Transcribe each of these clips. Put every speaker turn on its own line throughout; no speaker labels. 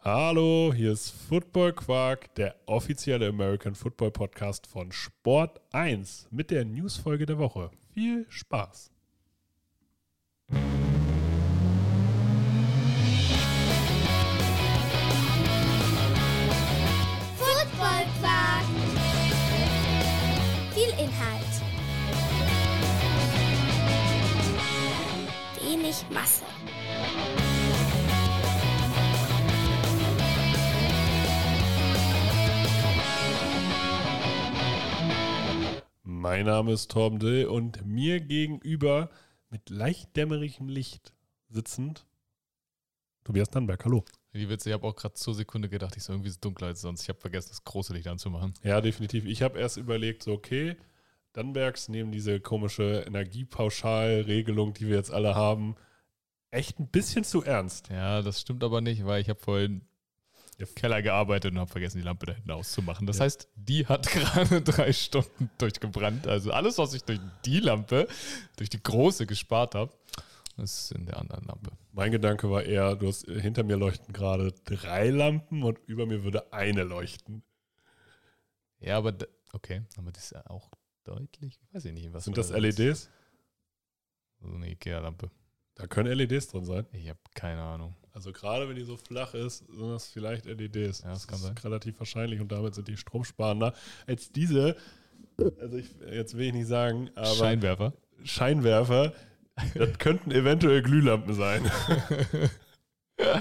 Hallo, hier ist Football Quark, der offizielle American Football Podcast von Sport 1 mit der Newsfolge der Woche. Viel Spaß.
Football Quark. Viel Inhalt. Wenig Masse.
Mein Name ist Torben Dill und mir gegenüber mit leicht dämmerigem Licht sitzend Tobias Dannberg. Hallo.
Die Witze, ich habe auch gerade zur Sekunde gedacht, ich so irgendwie ist es dunkler als sonst. Ich habe vergessen, das große Licht anzumachen.
Ja, definitiv. Ich habe erst überlegt, so okay, Dannbergs nehmen diese komische Energiepauschalregelung, die wir jetzt alle haben, echt ein bisschen zu ernst.
Ja, das stimmt aber nicht, weil ich habe vorhin im Keller gearbeitet und habe vergessen, die Lampe da hinten auszumachen. Das heißt, die hat gerade drei Stunden durchgebrannt. Also alles, was ich durch die Lampe, durch die große gespart habe, ist in der anderen Lampe.
Mein Gedanke war eher, du hast, hinter mir leuchten gerade drei Lampen und über mir würde eine leuchten.
Ja, aber d- okay, aber das ist ja auch deutlich, weiß ich nicht, was
Sind
war
das E LEDs?
So eine Ikea-Lampe.
Da können LEDs drin sein.
Ich habe keine Ahnung.
Also gerade wenn die so flach ist, sind das vielleicht LEDs.
Ja, das kann sein.
ist relativ wahrscheinlich und damit sind die stromsparender als diese. Also ich, jetzt will ich nicht sagen, aber
Scheinwerfer.
Scheinwerfer, das könnten eventuell Glühlampen sein.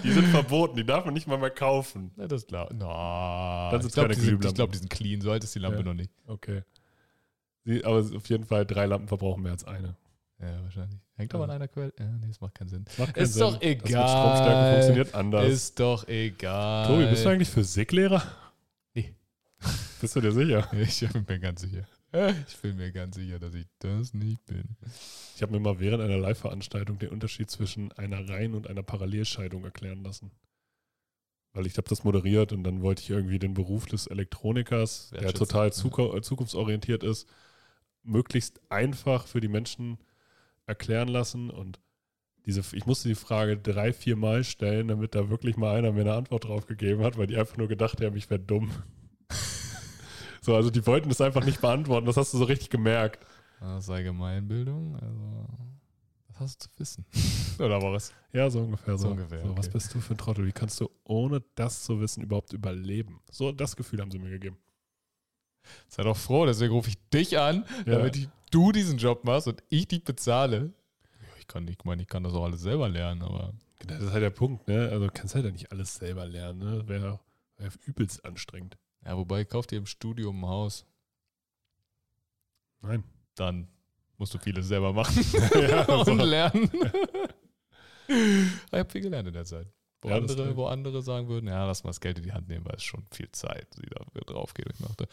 die sind verboten, die darf man nicht mal mehr kaufen.
Na, das glaube no.
Das ist
ich. Glaub,
keine
die sind,
Glühlampe.
ich glaube, die sind clean, so alt ist die Lampe
Ja.
noch nicht.
Okay. Sie, aber auf jeden Fall drei Lampen verbrauchen mehr als eine.
Ja, wahrscheinlich. Hängt
Ja.
aber an einer Quelle. Ja, nee, das macht keinen Sinn.
Das macht keinen
Ist
Sinn.
doch
Das mit
egal.
Stromstärken funktioniert anders.
Ist doch egal.
Tobi, bist du eigentlich Physiklehrer?
Nee.
Bist du dir sicher?
Ich bin mir ganz sicher. Ich bin mir ganz sicher, dass ich das nicht bin.
Ich habe mir mal während einer Live-Veranstaltung den Unterschied zwischen einer Reihen- und einer Parallelscheidung erklären lassen. Weil ich habe das moderiert und dann wollte ich irgendwie den Beruf des Elektronikers, der
Wertschätzen,
total
ja.
zuko- äh, zukunftsorientiert ist, möglichst einfach für die Menschen erklären lassen. Und diese, ich musste die Frage drei, vier Mal stellen, damit da wirklich mal einer mir eine Antwort drauf gegeben hat, weil die einfach nur gedacht haben, ich wäre dumm. so, also die wollten es einfach nicht beantworten, das hast du so richtig gemerkt.
Das ist Allgemeinbildung, also. Das hast du zu wissen. Oder war was?
Ja, so ungefähr. So,
So ungefähr,
So, Was
okay.
bist du für ein Trottel? Wie kannst du ohne das zu wissen überhaupt überleben? So, das Gefühl haben sie mir gegeben.
Sei doch froh, deswegen rufe ich dich an,
Ja.
damit ich, du diesen Job machst und ich dich bezahle. Ja, Ich kann, ich meine, ich kann das auch alles selber lernen, aber.
Das ist halt der Punkt, ne? Also du kannst halt ja nicht alles selber lernen, ne? Wäre wär übelst anstrengend.
Ja, wobei, kauf dir im Studium ein Haus.
Nein.
dann musst du vieles selber machen
Ja, so.
und lernen. ich habe viel gelernt in der Zeit. Wo,
Ja, das
andere,
stimmt.
wo andere sagen würden, ja, lass mal das Geld in die Hand nehmen, weil es schon viel Zeit die dafür drauf geht. Ich dachte,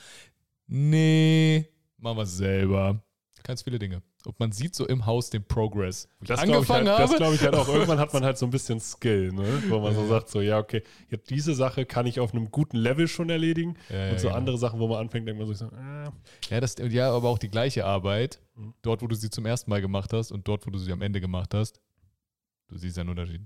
nee, machen wir selber. Ganz viele Dinge. Und man sieht so im Haus den Progress. Wo ich
Das glaube ich,
angefangen
halt, das
habe.
glaub ich halt auch. Irgendwann hat man halt so ein bisschen Skill, ne? Wo man so sagt, so, ja, okay, jetzt diese Sache kann ich auf einem guten Level schon erledigen.
Ja, ja,
und so
genau.
andere Sachen, wo man anfängt, denkt man so, ich sag, ah,
Ja, das, ja, aber auch die gleiche Arbeit.
Mhm.
Dort, wo du sie zum ersten Mal gemacht hast und dort, wo du sie am Ende gemacht hast, du siehst ja einen Unterschied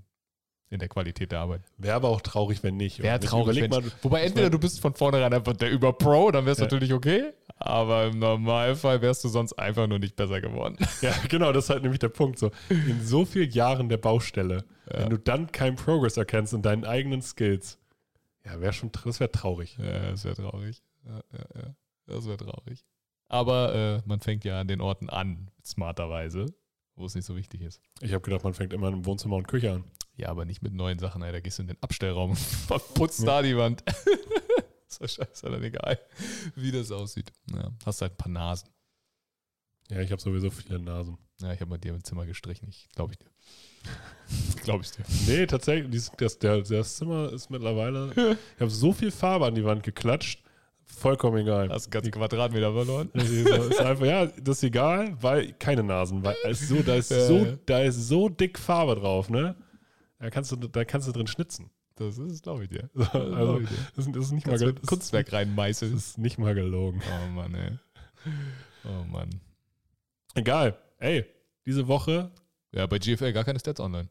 in der Qualität der Arbeit.
wäre aber auch traurig, wenn nicht.
Wäre
Und
traurig,
Überleg
wenn
mal,
Wobei entweder du bist von vornherein einfach der Überpro, dann wär's
Ja.
natürlich okay, aber im Normalfall wärst du sonst einfach nur nicht besser geworden.
Ja, genau, das ist halt nämlich der Punkt. So, in so vielen Jahren der Baustelle, wenn du dann keinen Progress erkennst in deinen eigenen Skills, ja, wäre schon, tr- das wäre traurig.
Ja, das wäre traurig. Ja, ja, ja. Das wäre traurig. Aber äh, man fängt ja an den Orten an, smarterweise, wo es nicht so wichtig ist.
Ich habe gedacht, man fängt immer im Wohnzimmer und Küche an.
Ja, aber nicht mit neuen Sachen, ey. da gehst du in den Abstellraum und verputzt da die Wand. so scheiße, dann egal, wie das aussieht. Ja, hast halt ein paar Nasen.
Ja, ich habe sowieso viele Nasen.
Ja, ich habe mal dir im Zimmer gestrichen, ich glaube ich dir. glaube ich dir.
Nee, tatsächlich, dies- das, der, das Zimmer ist mittlerweile. Ich habe so viel Farbe an die Wand geklatscht, vollkommen egal.
Hast einen ganzen Quadratmeter verloren.
Das ist so- ist einfach, ja, das ist egal, weil keine Nasen, weil es so, da ist so,
Ja.
da ist so dick Farbe drauf, ne? Da kannst du, da kannst du drin schnitzen.
Das ist, glaube ich dir. Oh,
Also, das ist, das ist nicht mal
Kannst
gel-
mit
das ist-
Kunstwerk reinmeißeln.
das ist nicht mal gelogen.
Oh Mann, ey. Oh Mann.
Egal. Ey, diese Woche,
Ja, bei GFL gar keine Stats online.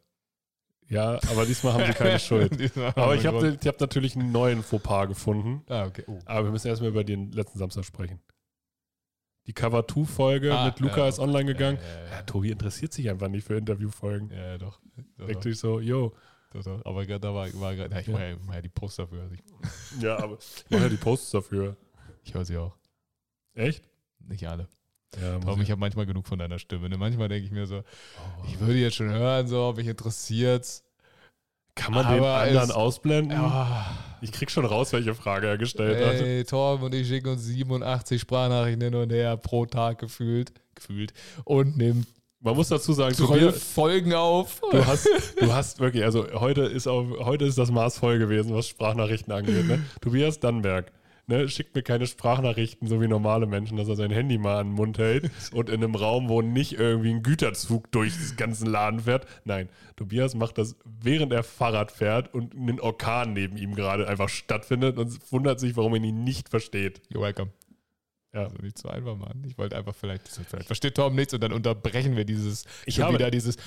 Ja, aber diesmal haben sie keine Schuld.
Diesmal haben
Aber
wir
ich habe
Grund.
ich hab natürlich einen neuen Fauxpas gefunden.
Ah, okay. Oh.
Aber wir müssen erstmal über den letzten Samstag sprechen. Die Cover 2-Folge
Ah,
mit Luca
ja,
ist online gegangen.
Ja,
Ja,
ja,
Tobi interessiert sich einfach nicht für Interviewfolgen.
ja. ja doch. doch,
Denkt
doch,
sich so, yo.
doch, doch. Aber grad- da war, war gerade. Ja, ich
Ja.
mache ja, mach ja die Poster für. Also ich,
Ja, aber ich mache ja die Posts dafür.
ich höre sie auch.
Echt?
Nicht alle.
Ja, muss
Tom, ich habe manchmal genug von deiner Stimme. Ne? Manchmal denke ich mir so, ich würde jetzt schon hören, so, mich interessiert's.
Kann man den
aber
anderen
es-
ausblenden?
Ja.
Ich krieg schon raus, welche Frage er gestellt hat.
Ey, Tom und ich schicken uns 87 Sprachnachrichten hin und her pro Tag gefühlt. Gefühlt. Und nehmen
Man muss dazu sagen, Tobias,
12 Folgen auf.
Du hast, du hast wirklich, also heute ist, auf, heute ist das Maß voll gewesen, was Sprachnachrichten angeht. Ne? Tobias Dannenberg ne, schickt mir keine Sprachnachrichten, so wie normale Menschen, dass er sein Handy mal an den Mund hält und in einem Raum, wo nicht irgendwie ein Güterzug durch den ganzen Laden fährt. Nein, Tobias macht das, während er Fahrrad fährt und ein Orkan neben ihm gerade einfach stattfindet und wundert sich, warum er ihn nicht versteht.
You're welcome.
Ja.
Also nicht so einfach, Mann. Ich wollte einfach vielleicht, vielleicht versteht Tom nichts und dann unterbrechen wir dieses,
Ich
schon
habe-
wieder dieses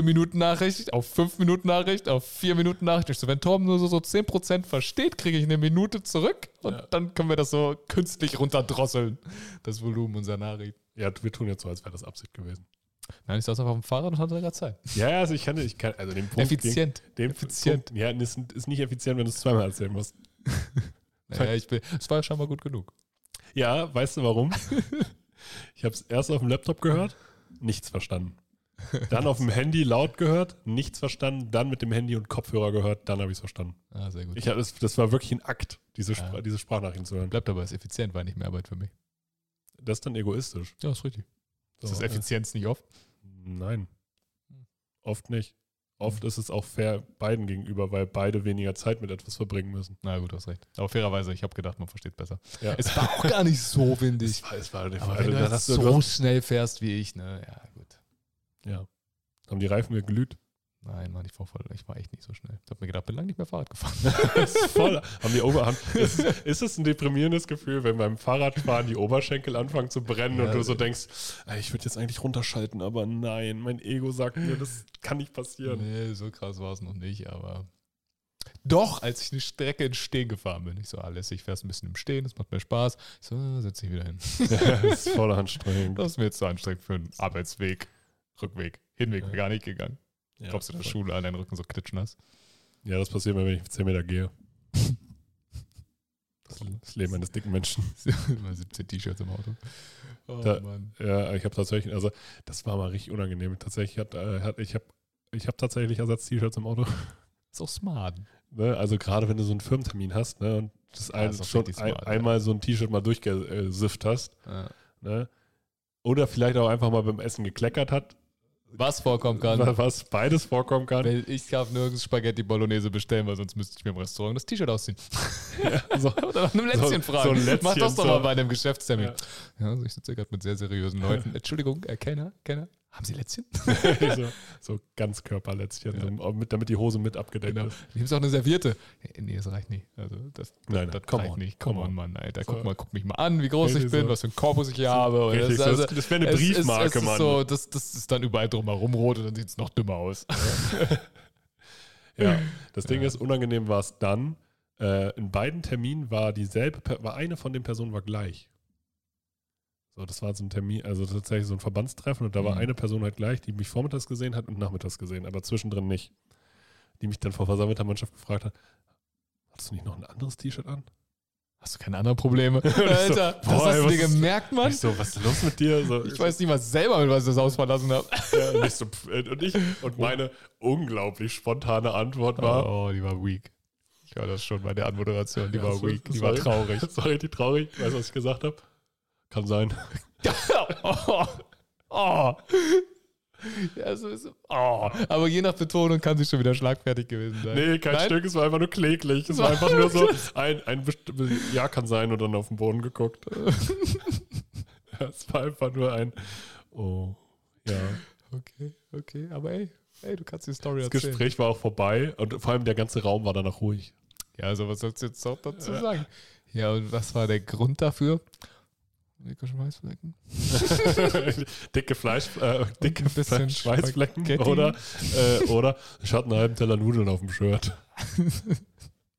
4-Minuten-Nachricht auf 5-Minuten-Nachricht auf 4-Minuten-Nachricht. Ich So, wenn Tom nur so, so 10% versteht, kriege ich eine Minute zurück und dann können wir das so künstlich runterdrosseln, das Volumen unserer Nachricht.
Ja, wir tun jetzt so, als wäre das Absicht gewesen.
Nein, ich saß einfach auf dem Fahrrad und hatte gerade Zeit.
Ja, ja, also ich kann, ich kann, also den Punkt.
Effizient.
Den, den
Effizient.
Punkt, ja, ist, ist nicht effizient, wenn du es zweimal erzählen musst.
Naja, ich bin, es war scheinbar gut genug.
Ja, weißt du warum? ich habe es erst auf dem Laptop gehört, nichts verstanden. Dann auf dem Handy laut gehört, nichts verstanden. Dann mit dem Handy und Kopfhörer gehört, dann habe ich es verstanden.
Ah, sehr gut.
Ich hab, das, das war wirklich ein Akt, diese, Spr
Ja.
diese Sprachnachrichten zu hören.
Bleibt aber, es ist effizient, war nicht mehr Arbeit für mich.
Das ist dann egoistisch.
Ja, ist richtig.
So,
ist Hm. das
äh,
Effizienz nicht oft?
Nein. Oft nicht. Oft
Hm.
ist es auch fair beiden gegenüber, weil beide weniger Zeit mit etwas verbringen müssen.
Na gut, du hast recht. Aber fairerweise, ich habe gedacht, man versteht besser.
Ja.
Es war auch gar nicht so windig.
war, es war also der
Aber
Fall.
wenn du,
dann
halt
hast du, du
so
hast,
schnell fährst wie ich, ne? Ja, gut.
ja. Haben die Reifen geglüht?
Nein, Mann, ich war, voll, ich war echt nicht so schnell. Ich habe mir gedacht, bin lange nicht mehr Fahrrad gefahren.
Das ist voll. Haben die Oberhand. Ist, ist es ein deprimierendes Gefühl, wenn beim Fahrradfahren die Oberschenkel anfangen zu brennen und
Ja.
du so denkst, "Ey, ich würde jetzt eigentlich runterschalten, aber nein, mein Ego sagt mir, das kann nicht passieren.
nee, so krass war es noch nicht, aber. Doch, als ich eine Strecke ins Stehen gefahren bin. Ich so, ah, lässig, fährst ein bisschen im Stehen, das macht mir Spaß. Ich so, ah, setz dich wieder hin.
das ist voll anstrengend.
Das ist mir jetzt zu anstrengend für einen Arbeitsweg, Rückweg, Hinweg
Ja.
gar nicht gegangen.
Ja,
Kommst du in der
voll.
Schule an, deinen Rücken so klitschen hast.
ja, das passiert mir, wenn ich 10 Meter gehe. Das, das Leben eines dicken Menschen.
Immer 17 T-Shirts im Auto. Oh
Da-
Mann.
Ja, ich habe tatsächlich, also das war mal richtig unangenehm. Tatsächlich hat, äh, hat ich habe ich hab tatsächlich Ersatz-T-Shirts im Auto.
Ist auch smart.
Ne? Also gerade wenn du so einen Firmentermin hast ne? und das ein,
ist auch
schon
richtig
ein,
smart, ja.
einmal so ein T-Shirt mal durchgesifft hast.
Ja.
Ne? Oder vielleicht auch einfach mal beim Essen gekleckert hat,
Was vorkommen kann.
wa- was beides vorkommen kann.
Weil ich darf nirgends Spaghetti Bolognese bestellen, weil sonst müsste ich mir im Restaurant das T-Shirt ausziehen.
So,
Oder nach einem Lätzchen
So-
fragen.
so ein Lätzchen,
Mach das doch
so.
mal bei einem Geschäftstermin.
Ja.
Ja, also ich sitze gerade mit sehr seriösen Leuten. Entschuldigung, äh, Kellner, Kellner, haben Sie Lätzchen?
so, so ganz Körperlätzchen, so, mit, damit die Hose mit abgedeckt
Genau.
ist.
Nehmen Sie auch eine Serviette. Äh, Nee, das reicht nicht. Also das,
Nein, nein,
das
come
reicht
on,
nicht.
come
Come on,
on.
Mann, Alter.
So.
Guck mal, guck mich mal an, wie groß
Richtig
ich bin,
so.
was für einen Korpus ich hier habe. Und
Richtig, so,
das- also-
das, das wäre eine
es ist-
Briefmarke,
es ist
Mann.
So, das, das ist dann überall drumherum rot und dann sieht es noch dümmer aus.
Ja, das Ding
Ja.
ist, unangenehm war es dann. Äh, in beiden Terminen war dieselbe, Per- war eine von den Personen war gleich. So, das war so ein Termin, also tatsächlich so ein Verbandstreffen und da war
Mhm.
eine Person halt gleich, die mich vormittags gesehen hat und nachmittags gesehen, aber zwischendrin nicht. Die mich dann vor versammelter Mannschaft gefragt hat, hattest du nicht noch ein anderes T-Shirt an?
Hast du keine anderen Probleme?
so,
Alter, das
boah,
hast du
was
dir
ist-
gemerkt, Mann?
Ich so, was ist los mit dir? So,
Ich weiß nicht mal selber, mit was ich das Haus verlassen habe.
ja, und ich so, pff, äh, und ich und meine unglaublich spontane Antwort war,
Oh, die war weak. Ich höre das schon bei der Anmoderation. Die
Ja,
war
so-
weak, die war
sorry.
traurig.
das war richtig traurig, weißt du, was ich gesagt habe? Kann sein.
oh, oh. Ja, so ist, oh. Aber je nach Betonung kann sie schon wieder schlagfertig gewesen sein.
Nee, kein
Nein?
Stück, es war einfach nur kläglich. Es war einfach nur so ein, ein best- Ja kann sein und dann auf den Boden geguckt. Ja, es war einfach nur ein Oh, ja.
Okay, okay, aber ey, ey, du kannst die Story
Das
erzählen.
Gespräch war auch vorbei und vor allem der ganze Raum war danach ruhig.
Ja, also was sollst du jetzt noch dazu sagen? Ja, und was war der Grund dafür? dicke Weißflecken.
dicke Fleisch, äh, dicke
Ein bisschen
Schweißflecken
Spaghetti.
oder, äh, oder ich hatte einen halben Teller Nudeln auf dem Shirt.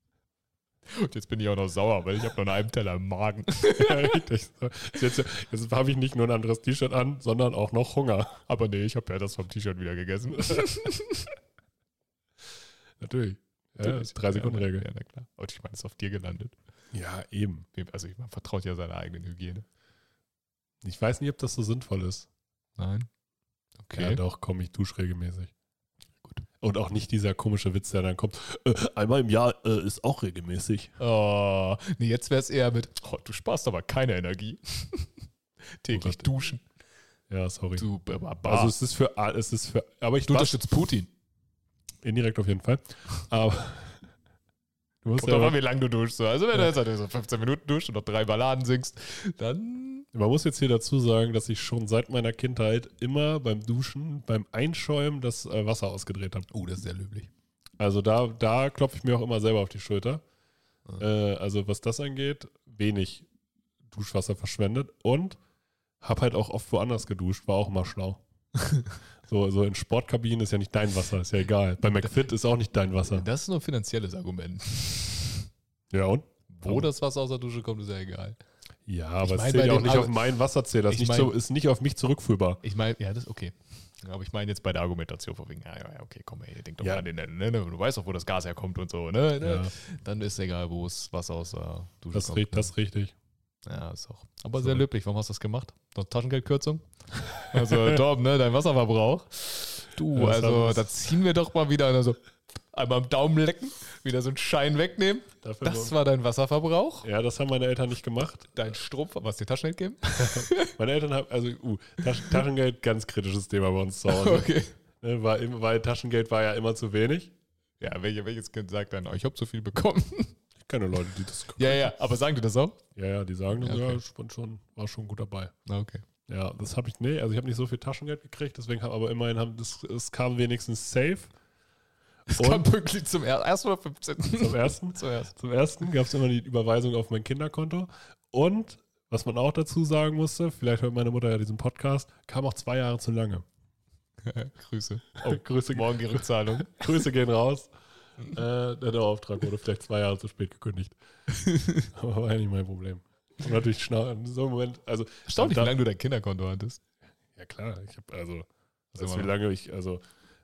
Und jetzt bin ich auch noch sauer, weil ich habe noch einen halben Teller im Magen.
Ja, richtig. So. Jetzt, jetzt habe ich nicht nur ein anderes T-Shirt an, sondern auch noch Hunger.
Aber nee, ich habe ja das vom T-Shirt wieder gegessen.
Natürlich. Ja, das ist drei Sekunden Regel.
Ja, na klar. Und ich meine, es ist auf dir gelandet.
Ja, eben.
Wem- Also ich- man vertraut ja seiner eigenen Hygiene.
Ich weiß nicht, ob das so sinnvoll ist.
Nein. Okay.
Ja, doch, komm, ich dusche regelmäßig. Und auch nicht dieser komische Witz, der dann kommt. Äh, einmal im Jahr äh, ist auch regelmäßig.
Oh, nee, jetzt wäre es eher mit, oh, du sparst aber keine Energie. Täglich
Gott.
duschen.
Ja, sorry.
Du äh, Barbar.
Also es ist für, all- es ist für, aber ich
du
wasch-
unterstützt Putin.
indirekt auf jeden Fall. Aber du musst
Kommt drauf
ja,
an, wie lange du duschst. so. Also wenn
Ja.
du jetzt halt so 15 Minuten duschst und noch drei Balladen singst, dann
man muss jetzt hier dazu sagen, dass ich schon seit meiner Kindheit immer beim Duschen, beim Einschäumen das äh, Wasser ausgedreht habe.
Oh, das ist sehr löblich.
Also da, da klopfe ich mir auch immer selber auf die Schulter.
Ah.
Äh, also was das angeht, wenig Duschwasser verschwendet und habe halt auch oft woanders geduscht, war auch immer schlau. so, so in Sportkabinen ist ja nicht dein Wasser, ist ja egal. Bei McFit ist auch nicht dein Wasser.
Das ist nur ein finanzielles Argument.
Ja und?
Wo das Wasser aus der Dusche kommt, ist ja egal.
Ja, aber
mein,
es
bei
zählt ja auch
den
nicht
Ar-
auf meinen Wasserzähler, ist,
Ich
nicht
mein-
so, ist nicht auf mich zurückführbar.
Ich meine, ja, das ist okay. Aber ich meine jetzt bei der Argumentation von wegen, ja, ja, ja, okay, komm, ey, denk doch
Ja.
mal an den, ne, ne, du weißt doch, wo das Gas herkommt und so, ne, ne.
Ja.
Dann ist egal, wo es Wasser aus der Dusche
Das,
kommt. ne.
ri- das ist richtig.
Ja, ist auch. Aber
So.
sehr löblich. Warum hast du das gemacht? Noch Taschengeldkürzung? Also, Torben, ne, dein Wasserverbrauch. Du,
Ja, das haben
also,
wir's.
da ziehen wir doch mal wieder also, einmal am Daumen lecken, wieder so einen Schein wegnehmen.
Dafür
Das war dein Wasserverbrauch.
ja, das haben meine Eltern nicht gemacht.
Dein Strom, was dir Taschengeld geben?
Meine Eltern haben, also, uh, Tasch, Taschengeld, ganz kritisches Thema bei uns zu Hause.
Okay.
Ne, war im- weil Taschengeld war ja immer zu wenig.
Ja, welche, welches Kind sagt dann, oh, ich hab zu viel bekommen?
Ich kenne Leute, die das
ja, ja, aber sagen die das auch?
Ja, ja, die sagen dann,
Ja, okay.
ja, ich bin schon, war schon gut dabei.
Na, Ah, Okay.
Ja, das habe ich, nee, also ich habe nicht so viel Taschengeld gekriegt, deswegen habe aber immerhin, haben, das, es kam wenigstens safe
Es
Und?
kam pünktlich zum er- ersten oder 15.
zum ersten.
Zuerst.
Zum ersten gab es immer die Überweisung auf mein Kinderkonto. Und, was man auch dazu sagen musste, vielleicht hört meine Mutter ja diesen Podcast, kam auch zwei Jahre zu lange.
Grüße.
Oh, Grüße,
Morgen die Rückzahlung.
Grüße gehen raus. Äh, der Auftrag wurde vielleicht zwei Jahre zu spät gekündigt. Aber war ja nicht mein Problem. Und natürlich schnau in so einem Moment, also
Erstaunlich, wie
Da-
lange du dein Kinderkonto hattest.
Ja klar, ich habe also,
Das ist
also
immer
wie
noch-
lange ich, also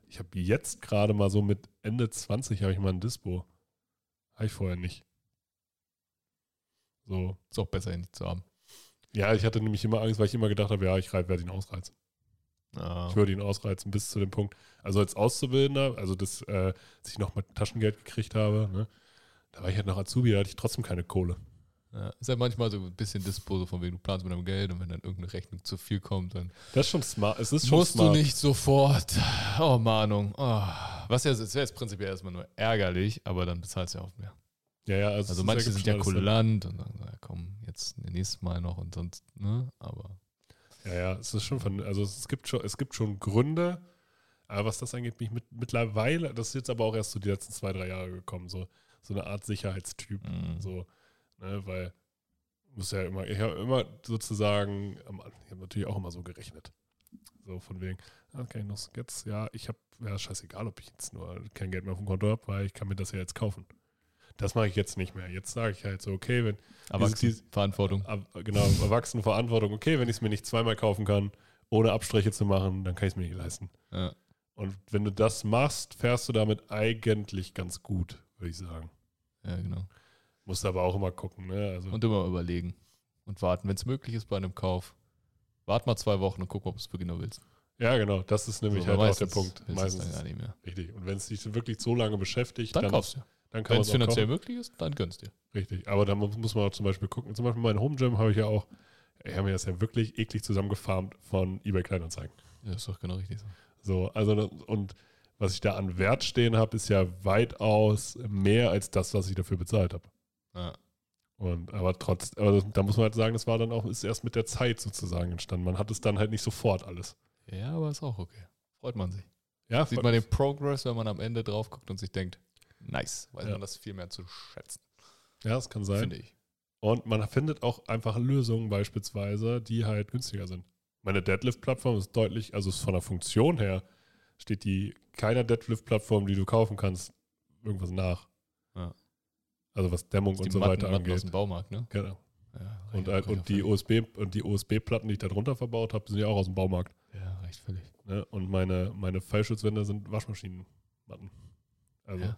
ich habe jetzt gerade mal so mit Ende 20 habe ich mal ein Dispo. Habe ich vorher nicht. So.
Ist auch besser, ihn nicht zu haben.
Ja, ich hatte nämlich immer Angst, weil ich immer gedacht habe, ja, ich reif- werde ihn ausreizen.
Ah.
Ich würde ihn ausreizen bis zu dem Punkt. Also als Auszubildender, also das, äh, dass ich noch mal Taschengeld gekriegt habe, ne, da war ich halt noch Azubi, da hatte ich trotzdem keine Kohle.
Ja, ist ja manchmal so ein bisschen Dispose von wegen, du planst mit deinem Geld und wenn dann irgendeine Rechnung zu viel kommt, dann
Das ist schon smart. Es ist schon smart.
nicht sofort. Oh, Mahnung. Oh. Was ja, es wäre jetzt prinzipiell erstmal nur ärgerlich, aber dann bezahlst du ja auch mehr.
Ja, ja, es
Also
ist-
manche
ergibt
sind
schon
ja
alles Sinn.
kulant und sagen, ja, komm, jetzt nächstes Mal noch und sonst, ne? Aber
Ja, ja, es ist schon von, also es gibt schon, es gibt schon Gründe, aber was das angeht, bin ich mit, mittlerweile, das ist jetzt aber auch erst so die letzten zwei, drei Jahre gekommen, so, so eine Art Sicherheitstyp.
mh,
So, ne, weil muss ja immer, ich habe immer sozusagen, am Anfang- ich habe natürlich auch immer so gerechnet. So von wegen, okay, noch so jetzt, ja, ich habe, ja, scheißegal, ob ich jetzt nur kein Geld mehr auf dem Konto habe, weil ich kann mir das ja jetzt kaufen. Das mache ich jetzt nicht mehr. Jetzt sage ich halt so, okay, wenn,
aber
dieses-
Verantwortung.
Ab, genau, erwachsene Verantwortung. Okay, wenn ich es mir nicht zweimal kaufen kann, ohne Abstriche zu machen, dann kann ich es mir nicht leisten.
Ja.
Und wenn du das machst, fährst du damit eigentlich ganz gut, würde ich sagen.
ja, genau.
Musst aber auch immer gucken, ne? Also,
Und immer überlegen und warten, wenn es möglich ist bei einem Kauf. Wart mal zwei Wochen und guck mal, ob du es wirklich noch willst.
ja, genau, das ist nämlich
So,
halt
weil
auch der Punkt.
willst du Also es
Meistens
dann
ist
gar nicht mehr.
es richtig. Und wenn es dich wirklich so lange beschäftigt,
Dann,
dann,
kaufst du.
dann kann
Wenn
man
es
es auch
finanziell
kaufen.
möglich ist, dann gönnst dir.
Richtig. Aber da mu- muss man auch zum Beispiel gucken. Zum Beispiel mein Home Gym habe ich ja auch, ich habe mir das ja wirklich eklig zusammengefarmt von eBay Kleinanzeigen.
Ja, ist doch genau richtig so.
So, also das- und was ich da an Wert stehen habe, ist ja weitaus mehr als das, was ich dafür bezahlt habe.
Ja.
Und aber trotz, aber das, da muss man halt sagen, das war dann auch, ist erst mit der Zeit sozusagen entstanden. Man hat es dann halt nicht sofort alles.
ja, aber ist auch okay. Freut man sich.
Ja,
Sieht
voll-
man den Progress, wenn man am Ende drauf guckt und sich denkt, nice, weiß
Ja.
man das viel mehr zu schätzen,
ja das kann sein.
finde ich.
Und man findet auch einfach Lösungen beispielsweise, die halt günstiger sind. Meine Deadlift-Plattform ist deutlich, also ist von der Funktion her, steht die keiner Deadlift-Plattform, die du kaufen kannst, irgendwas nach.
Ja.
Also was Dämmung und so weiter
aus
angeht.
dem Baumarkt, ne?
Genau.
Ja,
Und,
reicht-
halt, und die USB und die USB-Platten, die ich da drunter verbaut habe, sind ja auch aus dem Baumarkt.
Ja, reicht völlig.
Ne? Und meine, meine Fallschutzwände sind Waschmaschinenmatten. Also,
Ja,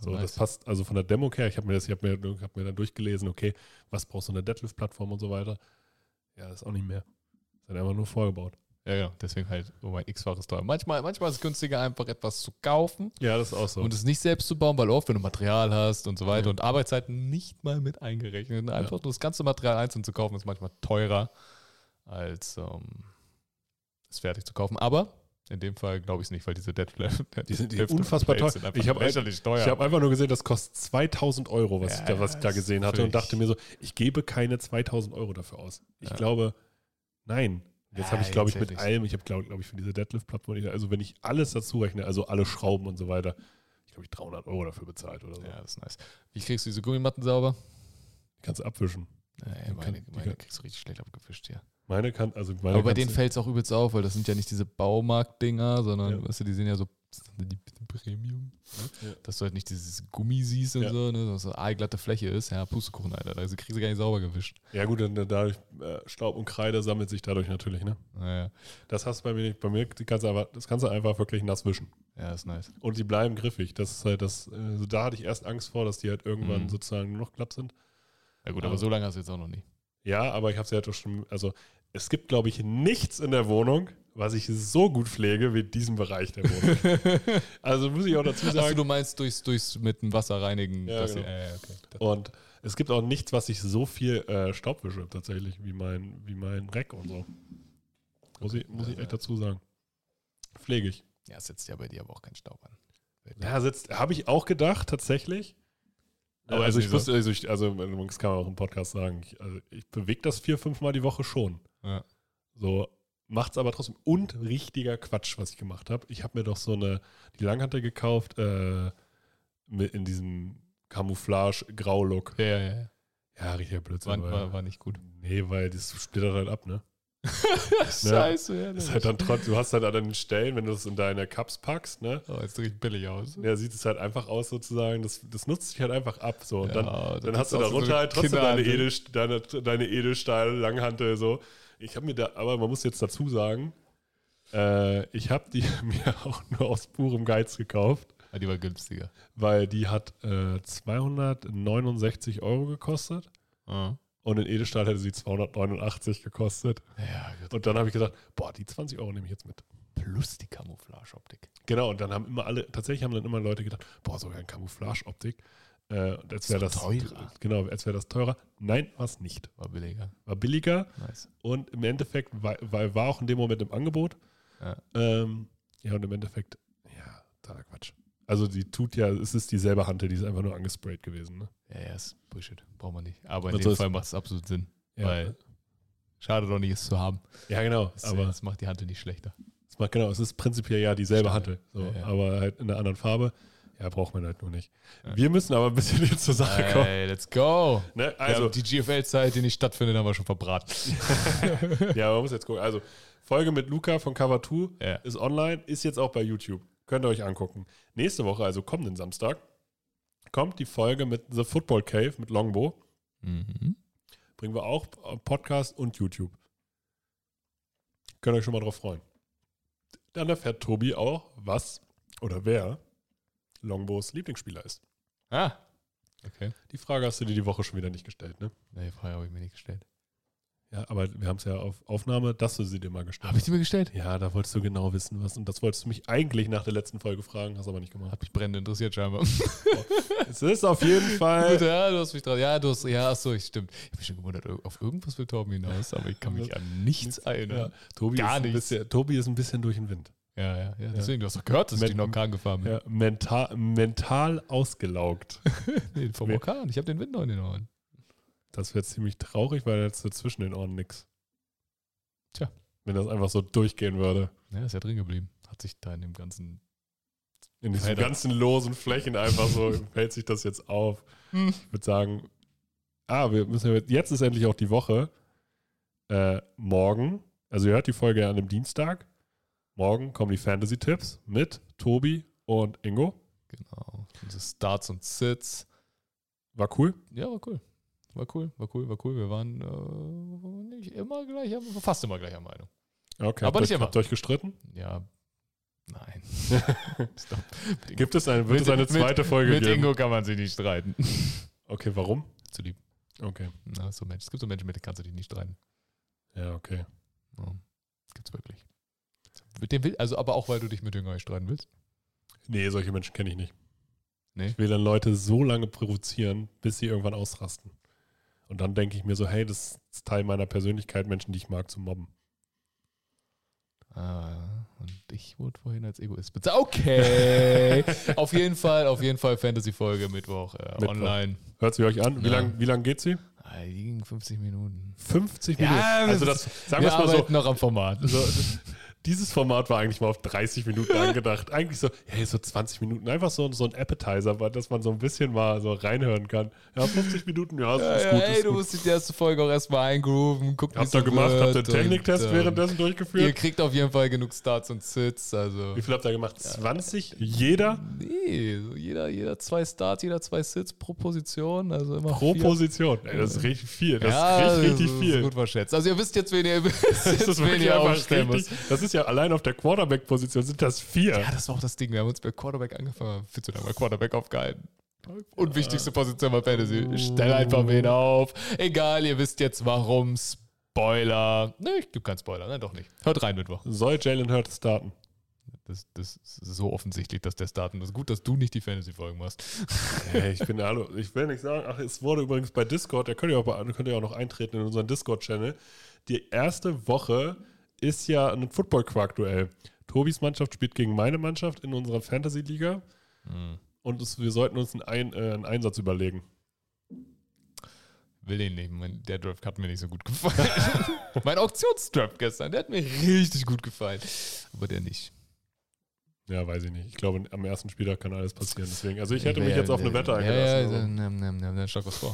so, das passt also von der Dämmung her. Ich habe mir das, ich habe mir, hab mir dann durchgelesen, okay, was brauchst du eine Deadlift-Plattform und so weiter. Ja, ist auch nicht mehr. Ist halt einfach nur vorgebaut.
Ja, genau. Deswegen halt um ein X-faches teuer. Manchmal, manchmal ist es günstiger, einfach etwas zu kaufen
Ja, das ist auch so.
und es nicht selbst zu bauen, weil oft, wenn du Material hast und so weiter und Arbeitszeiten nicht mal mit eingerechnet, einfach nur das ganze Material einzeln zu kaufen, ist manchmal teurer, als ähm, es fertig zu kaufen. Aber in dem Fall glaube ich es nicht, weil diese Deadlift
Die sind- die sind unfassbar teuer.
Ich
Ich habe
habe lächerlich teuer.
ich habe einfach nur gesehen, das kostet 2000 Euro, was,
Ja,
ich, da, was ich da
das
gesehen hatte,
völlig-
und dachte mir so, ich gebe keine 2000 Euro dafür aus. Ich
Ja.
glaube, nein. Jetzt habe
Ja,
ich, glaube
jetzt
ich, mit
hätte ich's.
allem, ich habe, glaube glaub ich, für diese Deadlift-Plattform, also wenn ich alles dazu rechne, also alle Schrauben und so weiter, ich glaube, ich 300 Euro dafür bezahlt oder so.
ja, das ist nice. Wie kriegst du diese Gummimatten sauber?
Kannst du abwischen.
Nee,
kann-
meine,
die
meine
kann-
kriegst du richtig schlecht abgefischt, ja.
Meine kann, also meine
Aber bei
kannst
denen fällt es auch übelst auf, weil das sind ja nicht diese Baumarktdinger, sondern,
Ja.
weißt du, die sind ja so die Premium. Ne?
Ja.
Dass du halt nicht dieses Gummi siehst und
Ja.
so, ne? dass so eine glatte Fläche ist. Ja, Pustekuchen, Alter. Da kriegst du gar nicht sauber gewischt.
du. Ja, gut, dann dadurch, äh, Staub und Kreide sammelt sich dadurch natürlich, ne?
Naja,
Das hast du bei mir nicht. Bei mir die kannst du einfach, das kannst du einfach wirklich nass wischen.
ja, ist nice.
Und die bleiben griffig. Das ist halt das, äh, also da hatte ich erst Angst vor, dass die halt irgendwann
Mhm.
sozusagen nur noch glatt sind.
Ja, gut,
Ja.
aber so lange hast du jetzt auch noch nie.
Ja, aber ich habe sie halt auch schon, also es gibt, glaube ich, nichts in der Wohnung, was ich so gut pflege wie diesen Bereich der Wohnung. also muss ich auch dazu
Achso,
sagen.
du meinst durchs, durchs mit dem Wasser reinigen.
Ja,
dass
genau.
die- äh, okay. Das-
Und es gibt auch nichts, was ich so viel äh, Staub wische, tatsächlich, wie mein, wie mein Rack und so. Muss ich, muss ich echt dazu sagen. Pflege ich.
ja, es setzt ja bei dir aber auch keinen Staub an.
Ja, habe ich auch gedacht, tatsächlich. Aber
Ja,
also ich
wieso?
wusste, also, ich, also das kann man auch im Podcast sagen, ich, also ich bewege das vier, fünf Mal die Woche schon.
Ja.
So, macht's aber trotzdem. Und richtiger Quatsch, was ich gemacht habe. Ich habe mir doch so eine, die Langhantel gekauft, äh, mit in diesem Camouflage-Grau-Look.
Ja, ja, ja.
Ja, richtiger Blödsinn.
War,
weil-
war, war nicht gut.
Nee, weil das splittert halt ab, ne?
ja.
Das ist halt dann trotzdem, du hast halt an den Stellen, wenn du es in deine Cups packst, ne?
Oh, jetzt riecht billig aus.
Ja, sieht es halt einfach aus sozusagen. Das, das nutzt sich halt einfach ab. So. Und
Ja,
dann,
da
dann
gibt's
hast du
Also auch so
darunter
eine
halt trotzdem deine,
Kinderhand.
Edel, deine, deine Edelstahl, Langhantel, so. Ich habe mir da, aber man muss jetzt dazu sagen, äh, ich habe die mir auch nur aus purem Geiz gekauft,
Ah, die war günstiger.
weil die hat äh, 269 Euro gekostet und in Edelstahl hätte sie 289 gekostet.
Ja, gut.
Und dann habe ich gedacht, boah, die 20 Euro nehme ich jetzt mit.
plus die Camouflage-Optik.
Genau, und dann haben immer alle, tatsächlich haben dann immer Leute gedacht, boah, sogar in Camouflage-Optik. Äh, und als wäre
Ist
das
doch teurer.
Genau, als wäre das teurer. Nein, war es nicht.
War billiger.
War billiger
Nice.
und im Endeffekt war, war, war auch in dem Moment im Angebot.
Ja.
Ähm, ja, und im Endeffekt, ja, totaler Quatsch. Also die tut ja, es ist dieselbe Hantel, die ist einfach nur angesprayt gewesen. Ne?
Ja, ja, ist Bullshit. Braucht man nicht. Aber in
Und so
dem
ist-
Fall macht es absolut Sinn.
Ja,
Weil- Schade doch nicht, es zu haben.
ja genau.
Es,
Aber
es macht die Handel nicht schlechter.
es macht, genau, es ist prinzipiell ja dieselbe
Schade.
Hantel, so,
Ja, ja.
aber halt in einer anderen Farbe. Ja, braucht man halt nur nicht.
Ja.
Wir müssen aber ein bisschen jetzt zur Sache kommen.
Hey, let's go.
Ne?
Also,
Also,
die GFL-Zeit, die nicht stattfindet, haben wir schon verbraten.
Ja, man muss jetzt gucken. Also, Folge mit Luca von Cover 2
Ja.
ist online, ist jetzt auch bei YouTube. Könnt ihr euch angucken. Nächste Woche, also kommenden Samstag, kommt die Folge mit The Football Cave mit Longbow.
Mhm.
Bringen wir auch auf Podcast und YouTube. Könnt ihr euch schon mal drauf freuen. Dann erfährt Tobi auch, was oder wer Longbows Lieblingsspieler ist.
Ah. Okay.
Die Frage hast du dir die Woche schon wieder nicht gestellt, ne?
Nee, die Frage habe ich mir nicht gestellt.
Ja, aber wir haben es ja auf Aufnahme, dass du sie dir mal gestellt
Habe ich die mir gestellt?
Ja, da wolltest du genau wissen, was. Und das wolltest du mich eigentlich nach der letzten Folge fragen, hast aber nicht gemacht.
Hat mich brennend interessiert scheinbar.
es ist auf jeden Fall.
ja, du hast mich dran. Ja, du hast, ja, achso, ich stimmt. Ich habe mich schon gewundert, irg- auf irgendwas will Torben hinaus, aber ich kann mich an nichts
Ja,
erinnern.
Tobi,
Gar
ist ein
nichts.
bisschen, Tobi ist ein bisschen durch den Wind.
Ja, ja, ja. Deswegen, du hast doch gehört, dass ich
Mit-
durch den Orkan gefahren bin.
Ja, mental, mental ausgelaugt.
Nee, vom
Wir-
Orkan. Ich habe den Wind noch in den Ohren.
Das wäre ziemlich traurig, weil jetzt so zwischen den Ohren nix.
Tja.
Wenn das einfach so durchgehen würde.
Ja, ist ja drin geblieben. Hat sich da in dem ganzen.
In diesen
Alter. Hm.
ganzen losen Flächen einfach so fällt sich das jetzt auf. Ich würde sagen, Ah, wir müssen ja jetzt, jetzt ist endlich auch die Woche. Äh, morgen, also ihr hört die Folge ja an dem Dienstag. Morgen kommen die Fantasy-Tipps mit Tobi und Ingo.
Genau. Unsere Starts und Sits.
War cool.
Ja, war cool. War cool, war cool, war cool. Wir waren äh, nicht immer gleicher, fast immer gleicher Meinung.
Okay,
Aber
habt
nicht
euch,
immer.
Habt ihr euch gestritten?
Ja, nein. Stop.
Gibt es eine, wird
Mit-
es eine
mit-
zweite Folge
Mit
geben?
Ingo kann man sich nicht streiten.
Okay, warum?
Zu lieb.
Okay.
Na, so Mensch. Es gibt so Menschen, mit denen kannst du dich nicht streiten.
Ja, okay.
Ja, gibt's wirklich. Mit dem will, also aber auch weil du dich mit Jünger nicht streiten willst.
Nee, solche Menschen kenne ich nicht.
Nee?
Ich will dann Leute so lange provozieren, bis sie irgendwann ausrasten. Und dann denke ich mir so, hey, das ist Teil meiner Persönlichkeit, Menschen, die ich mag, zu mobben.
Ah, und ich wurde vorhin als Egoist bezahlt. Okay. auf jeden Fall, auf jeden Fall Fantasy-Folge Mittwoch, äh,
Mittwoch.
online.
Hört sie euch an? Wie
Ja.
lang, wie lang geht sie?
Ah, die ging 50 Minuten.
50
Ja,
Minuten. also
das
das, sagen wir
Wir
es mal so,
arbeiten noch am Format.
so, dieses Format war eigentlich mal auf 30 Minuten angedacht. Eigentlich so, hey, so 20 Minuten, einfach so, so ein Appetizer, weil- dass man so ein bisschen mal so reinhören kann. Ja, 50 Minuten, ja, ist,
Ja,
ist
ja,
gut.
ey,
ist
du
gut.
musst dich die erste Folge auch erstmal eingrooven. Guck,
Habt
wie's
ihr gemacht,
wird
habt ihr einen
und,
Techniktest
ähm,
währenddessen
Ihr
durchgeführt?
kriegt auf jeden Fall genug Starts und Sits. Also.
Wie viel habt ihr gemacht? 20? Jeder?
Nee, so jeder, jeder zwei Starts, jeder zwei Sits pro Position. Also immer
Pro
vier.
Position. Ey, das ist richtig viel. Das
ja,
ist richtig, richtig
das
viel.
Ist gut verschätzt. Also ihr wisst jetzt, wen ihr, wisst
Das ist
jetzt, wen
wirklich
ihr
einfach
aufstellen müsst.
richtig. Das ist ja allein auf der Quarterback-Position sind das vier.
Ja, das war auch das Ding. Wir haben uns bei Quarterback angefangen, haben viel zu lange bei Quarterback aufgehalten. Unwichtigste Position bei Fantasy. Stell einfach wen auf. Egal, ihr wisst jetzt warum. Spoiler. Ne, ich gebe keinen Spoiler. Nein, doch nicht. Hört rein, Mittwoch.
Soll Jalen Hurts starten?
Das, das ist so offensichtlich, dass der starten muss. Gut, dass du nicht die Fantasy-Folgen machst.
Hey, ich bin hallo. Ich will nicht sagen. Ach, es wurde übrigens bei Discord, da könnt ihr auch, bei- könnt ihr auch noch eintreten in unseren Discord-Channel. Die erste Woche ist ja ein Football-Quark-Duell. Tobis Mannschaft spielt gegen meine Mannschaft in unserer Fantasy-Liga.
Hm.
Und es, wir sollten uns einen, ein, äh, einen Einsatz überlegen.
Will den nicht. Mein, der Draft hat mir nicht so gut gefallen. mein Auktionsdraft gestern, der hat mir richtig gut gefallen. Aber der nicht.
Ja, weiß ich nicht. Ich glaube, am ersten Spieltag kann alles passieren. Deswegen, also ich hätte mich jetzt auf eine Wette
Ja, ja,
eingelassen.
dann, dann, dann, dann, schlag was vor.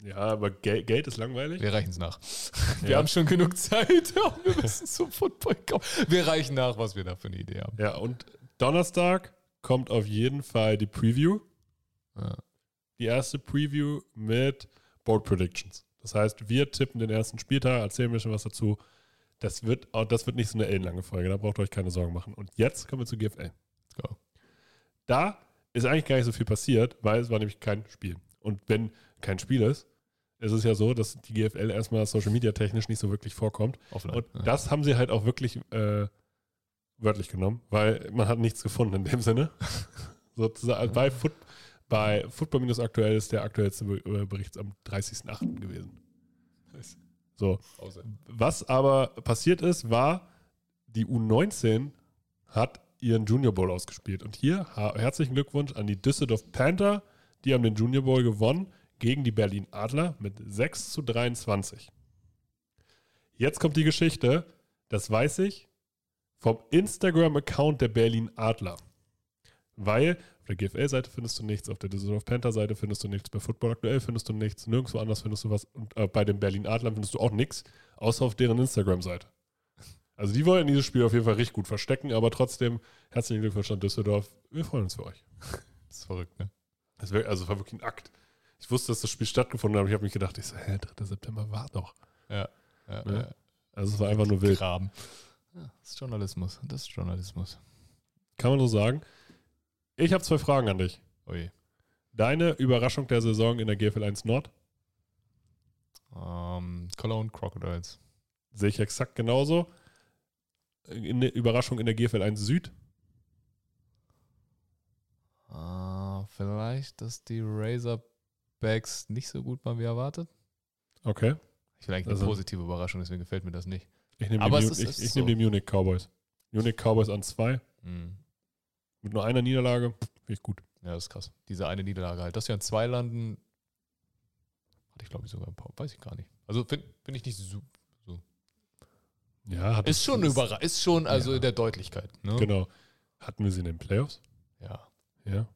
aber- Ja, aber Gel- Geld ist langweilig.
Wir reichen es nach. Wir
Ja.
haben schon genug Zeit. Wir müssen zum Football kommen. Wir reichen nach, was wir da für eine Idee haben.
Ja, und Donnerstag kommt auf jeden Fall die Preview.
Ja.
Die erste Preview mit Board Predictions. Das heißt, wir tippen den ersten Spieltag, erzählen ein bisschen was dazu. Das wird, auch- das wird nicht so eine ellenlange Folge, da braucht ihr euch keine Sorgen machen. Und jetzt kommen wir zu GFL.
go.
Da ist eigentlich gar nicht so viel passiert, weil es war nämlich kein Spiel. Und wenn kein Spiel ist, ist es ja so, dass die GFL erstmal social media technisch nicht so wirklich vorkommt.
Offline.
Und das haben sie halt auch wirklich äh, wörtlich genommen, weil man hat nichts gefunden in dem Sinne. Sozusagen bei, Foot, bei Football Minus aktuell ist der aktuellste Be- äh, Bericht am 30.08. gewesen.
Nice.
So.
Pause.
Was aber passiert ist, war, die U19 hat ihren Junior Bowl ausgespielt. Und hier ha- herzlichen Glückwunsch an die Düsseldorf Panther. Die haben den Junior Bowl gewonnen gegen die Berlin Adler mit 6 zu 23. Jetzt kommt die Geschichte, das weiß ich, vom Instagram-Account der Berlin Adler. Weil auf der GFL-Seite findest du nichts, auf der Düsseldorf Panther-Seite findest du nichts, bei Football aktuell findest du nichts, nirgendwo anders findest du was und äh, bei den Berlin Adlern findest du auch nichts, außer auf deren Instagram-Seite. Also die wollen dieses Spiel auf jeden Fall richtig gut verstecken, aber trotzdem herzlichen Glückwunsch an Düsseldorf. Wir freuen uns für euch.
Das ist verrückt, ne?
Das wär, also war wirklich ein Akt. Ich wusste, dass das Spiel stattgefunden hat, aber ich habe mich gedacht, ich so, hä, 3. September war doch.
Ja. ja,
Ja.
ja.
Also es war einfach nur wild.
Graben. Ja, das ist Journalismus. Das ist Journalismus.
Kann man so sagen. Ich habe zwei Fragen an dich.
Oje.
Deine Überraschung der Saison in der GFL 1 Nord
Ähm, Cologne Crocodiles.
sehe ich exakt genauso. In der Überraschung in der GFL 1 Süd
Ah, vielleicht, dass die Razorbacks nicht so gut waren wie erwartet.
Okay.
Ich will eigentlich
Also-
eine positive Überraschung, deswegen gefällt mir das nicht.
Ich nehme die,
Aber
Mu-
es ist-
ich,
es
ich
ist
nehm
so.
die Munich Cowboys. Munich Cowboys an zwei.
Mhm.
Mit nur einer Niederlage. Finde ich gut.
Ja, das ist krass. Diese eine Niederlage halt. Dass wir an zwei landen, hatte ich glaube ich sogar ein paar, weiß ich gar nicht. Also finde find ich nicht so.
Ja, hat
Ist schon überraschend. Ist schon also
Ja.
in der Deutlichkeit. Ne?
Genau. Hatten wir sie in den Playoffs?
Ja.
Ja.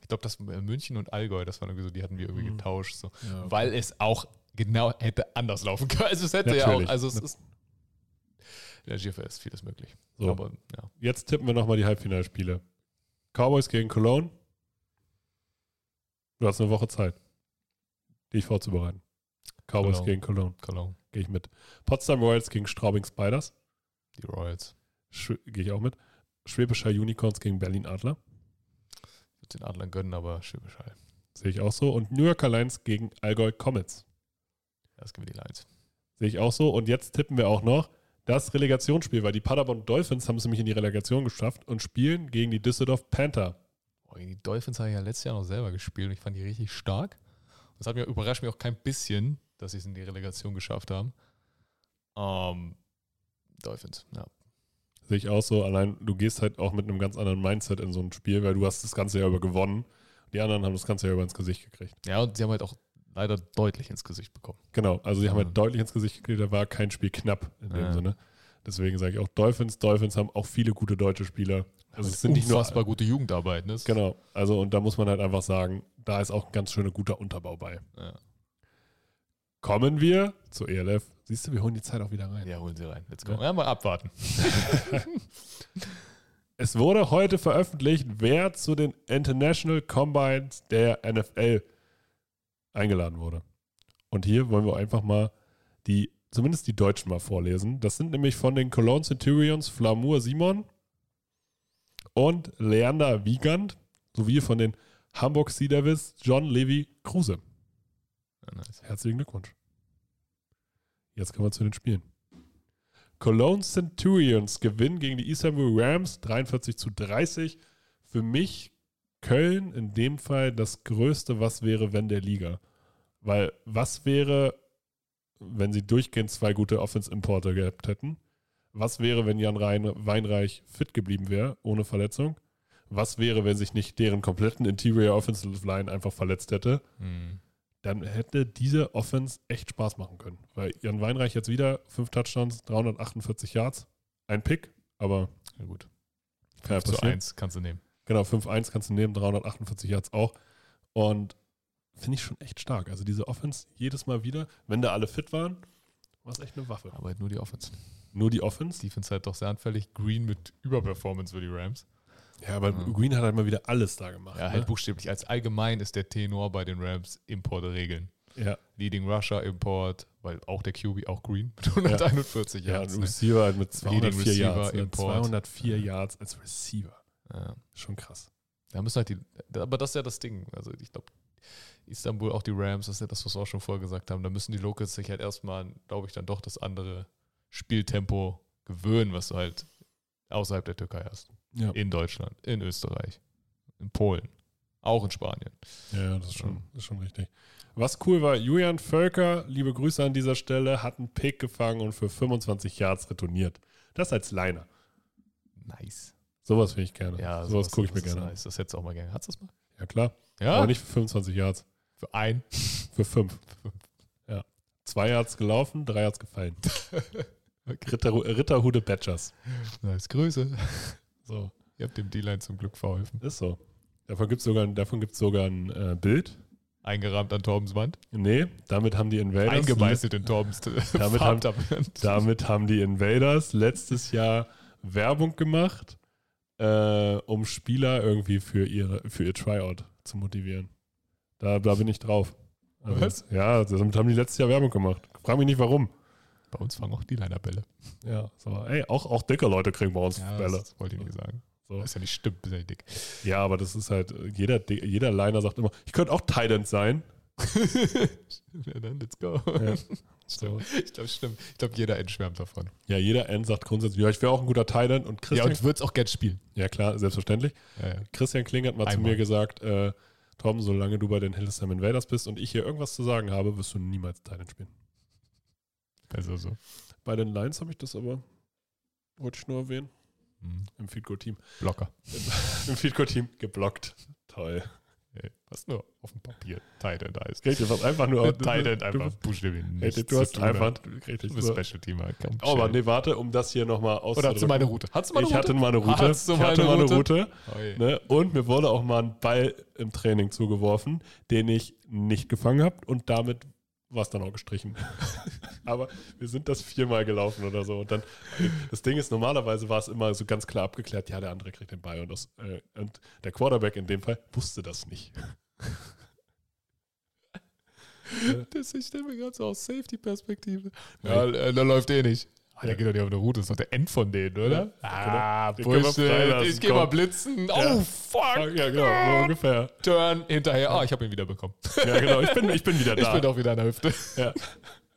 Ich glaube, das äh, München und Allgäu, das waren irgendwie so, die hatten wir irgendwie
Mhm.
getauscht, so.
Ja, okay.
weil es auch genau hätte anders laufen können. Also es hätte ja
Natürlich.
auch, also es ist in der GFL ist vieles möglich.
So.
Aber ja,
Jetzt tippen wir nochmal die Halbfinalspiele. Cowboys gegen Cologne. Du hast eine Woche Zeit, dich vorzubereiten. Cowboys
Cologne.
gegen Cologne,
Cologne,
gehe ich mit. Potsdam Royals gegen Straubing Spiders,
die Royals.
Schw- gehe ich auch mit. Schwäbischer Unicorns gegen Berlin Adler,
Ich würde den Adlern gönnen, aber Schwäbisch Hall.
sehe ich auch so. Und New Yorker Lions gegen Allgäu Comets,
Das gibt die Lions.
sehe ich auch so. Und jetzt tippen wir auch noch das Relegationsspiel, weil die Paderborn Dolphins haben es nämlich in die Relegation geschafft und spielen gegen die Düsseldorf Panther.
Boah, gegen Oh, die Dolphins habe ich ja letztes Jahr noch selber gespielt und ich fand die richtig stark. Das hat mir überrascht mich auch kein bisschen, dass sie es in die Relegation geschafft haben. Ähm, Dolphins, ja.
Sehe ich auch so. Allein du gehst halt auch mit einem ganz anderen Mindset in so ein Spiel, weil du hast das ganze Jahr über gewonnen. Die anderen haben das ganze Jahr über ins Gesicht gekriegt.
Ja, und sie haben halt auch leider deutlich ins Gesicht bekommen.
Genau, also sie haben
Ja.
halt deutlich ins Gesicht gekriegt. Da war kein Spiel knapp in dem
Ja.
Sinne. Deswegen sage ich auch Dolphins. Dolphins haben auch viele gute deutsche Spieler. Also es sind nicht nur
unfassbar gute Jugendarbeit, ne?
Genau, also und da muss man halt einfach sagen, da ist auch ein ganz schöner guter Unterbau bei.
Ja.
Kommen wir zu ELF. Siehst du, wir holen die Zeit auch wieder rein.
Ja, holen sie rein. Let's
go.
go. Ja, mal abwarten.
Es wurde heute veröffentlicht, wer zu den International Combines der NFL eingeladen wurde. Und hier wollen wir einfach mal die, zumindest die Deutschen mal vorlesen. Das sind nämlich von den Cologne Centurions Flamur Simon und Leander Wiegand sowie von den Hamburg Sea Devils John Levy Kruse.
Ja, nice.
Herzlichen Glückwunsch. Jetzt kommen wir zu den Spielen. Cologne Centurions gewinnen gegen die Istanbul Rams 43 zu 30. Für mich Köln in dem Fall das größte Was wäre, wenn der Liga. Weil was wäre, wenn sie durchgehend zwei gute Offense-Importe gehabt hätten? Was wäre, wenn Jan Rein Weinreich fit geblieben wäre, ohne Verletzung? Was wäre, wenn sich nicht deren kompletten Interior Offensive Line einfach verletzt hätte?
Hm.
dann hätte diese Offense echt Spaß machen können. Weil Jan Weinreich jetzt wieder fünf Touchdowns, 348 Yards, ein Pick, aber
Ja, gut.
kann ja
Zu
passieren.
eins kannst du nehmen.
Genau, 5-1 kannst du nehmen, 348 Yards auch. Und finde ich schon echt stark. Also diese Offense jedes Mal wieder, wenn da alle fit waren, war es echt eine Waffe.
Aber halt nur die Offense.
Nur die Offense.
Defense halt doch sehr anfällig. Green mit Überperformance für die Rams.
Ja, aber
Mhm.
Green hat halt mal wieder alles da gemacht. ne?
Ja, halt buchstäblich. Als allgemein ist der Tenor bei den Rams Importe-Regeln.
ne? ja,
Leading Rusher Import, weil auch der QB, auch Green mit 141
ja,
ja.
ein
Yards. ne?
Receiver halt mit
Leading
204 Yards.
Receiver,
Ne?
Import.
204 Yards als Receiver.
Ja.
Schon krass.
Da müssen halt die, aber das ist ja das Ding. Also ich glaube, Istanbul, auch die Rams, das ist ja das, was wir auch schon vorher gesagt haben. Da müssen die Locals sich halt erstmal, glaube ich, dann doch das andere Spieltempo gewöhnen, was du halt außerhalb der Türkei hast.
Ja.
In Deutschland, in Österreich, in Polen, auch in Spanien.
Ja, das ist schon,
Ja.
das ist schon richtig. Was cool war, Julian Völker, liebe Grüße an dieser Stelle, hat einen Pick gefangen und für 25 Yards retourniert. Das als Liner.
Nice.
Sowas finde ich gerne.
Ja,
sowas gucke ich mir
das ist
gerne an.
Nice. Das hättest du auch mal gerne. Hast du das mal?
Ja, klar.
Ja.
Aber nicht für 25 Yards,
für ein.
für 5. Ja. Zwei Yards gelaufen, drei Yards gefallen. Ritter, Ritterhude Badgers.
Nice. Grüße.
So,
Ihr habt dem D-Line zum Glück verholfen.
ist so. Davon gibt es sogar, ein- davon gibt's sogar ein äh, Bild.
Eingerahmt an Torbens Wand.
Nee, damit haben die Invaders.
Eingemeißelt in Torbens
ne- haben-
Farbtapet.
Damit haben die Invaders letztes Jahr Werbung gemacht, äh, um Spieler irgendwie für, ihre, für ihr Tryout zu motivieren. Da, da bin ich drauf. Also,
Was?
Ja, damit haben die letztes Jahr Werbung gemacht. Frag mich nicht warum.
Bei uns fangen auch D-Liner-Bälle.
Ja, so, ey, auch, auch dicke Leute kriegen bei uns Bälle.
Das wollte ich nicht sagen.
So.
Das ist ja nicht stimmt, ist ja nicht dick.
Ja, aber das ist halt, jeder, Di- jeder Liner sagt immer, ich könnte auch Tident sein.
ja, dann let's go.
Ja. So.
Stimmt. Ich glaube, stimmt. Ich glaube, jeder entschwärmt davon.
Ja, jeder End sagt grundsätzlich, ja, ich wäre auch ein guter Tident und Christian. Ja,
würde es auch gern spielen.
klar, selbstverständlich.
Ja, ja.
Christian Kling hat mal zu
Einmal.
mir gesagt, äh, Tom, solange du bei den Hillsheim Invaders bist und ich hier irgendwas zu sagen habe, wirst du niemals Titan spielen.
Besser Also so.
Bei den Lions habe ich das aber, wollte ich nur erwähnen,
Mhm.
im Feed Goal Team.
Blocker.
Im Feed Goal Team geblockt. Toll.
Ey, was nur auf dem Papier. Tight End heißt.
Richtig, was einfach nur.
Tight End
du-
einfach buchstäblich
Du,
nichts
richtig, du hast
zu tun
einfach.
hat.
Richtig.
Du bist Special Teamer. komm,
Oh, aber
chill.
nee, warte, um das hier nochmal
Oder hast du
auszudrücken.
meine Route? Hast du meine
Ich
Route?
hatte mal eine Route.
Hast du
ich
mal
hatte
eine
mal eine
Route?
Route.
Oh, je.
Ne? Und mir wurde auch mal ein Ball im Training zugeworfen, den ich nicht gefangen habe und damit war es dann auch gestrichen. Aber wir sind das viermal gelaufen oder so. Und dann, das Ding ist, normalerweise war es immer so ganz klar abgeklärt, ja, der andere kriegt den Ball und, das, äh, und der Quarterback in dem Fall wusste das nicht.
Das, ich stelle mir gerade so aus Safety-Perspektive. Ja, äh, da läuft eh nicht. Ah, der geht doch nicht auf eine Route, das ist doch der End von denen, oder? Ah,
Den können wir freilassen,
Ich gehe mal
komm.
blitzen.
Ja.
Oh, fuck.
Ja, genau, so ungefähr.
Turn hinterher. Ah, ich habe ihn wieder bekommen.
Ja, genau, ich bin, ich bin wieder da.
Ich bin auch wieder an der Hüfte.
ja.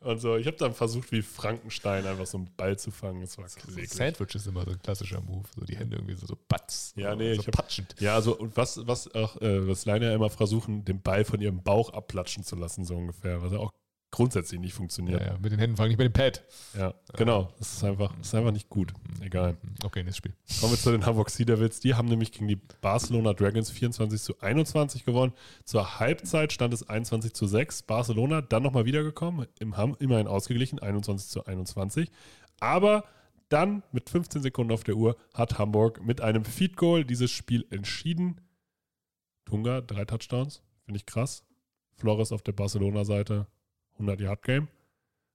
Und so, ich habe dann versucht, wie Frankenstein einfach so einen Ball zu fangen. Das war kläglich.
Sandwich ist immer so ein klassischer Move. So die Hände irgendwie so, so batz.
Ja, nee,
so
ich hab-
patschend.
Ja, also und was, was auch, äh, was Leiner immer versuchen, den Ball von ihrem Bauch abplatschen zu lassen, so ungefähr, was ja auch grundsätzlich nicht
Ja.
funktioniert.
Ja, mit den Händen fangen, nicht mit dem Pad.
Ja, genau. Das ist einfach, das ist einfach nicht gut.
Mhm.
Egal.
Okay, nächstes Spiel.
Kommen wir zu den Hamburg Sea Devils. Die haben nämlich gegen die Barcelona Dragons 24 zu 21 gewonnen. Zur Halbzeit stand es 21 zu 6. Barcelona dann nochmal wiedergekommen, im Ham immerhin ausgeglichen, 21 zu 21. Aber dann mit 15 Sekunden auf der Uhr hat Hamburg mit einem Feed Goal dieses Spiel entschieden. Tunga, drei Touchdowns, finde ich krass. Flores auf der Barcelona-Seite, 100 Yard Game.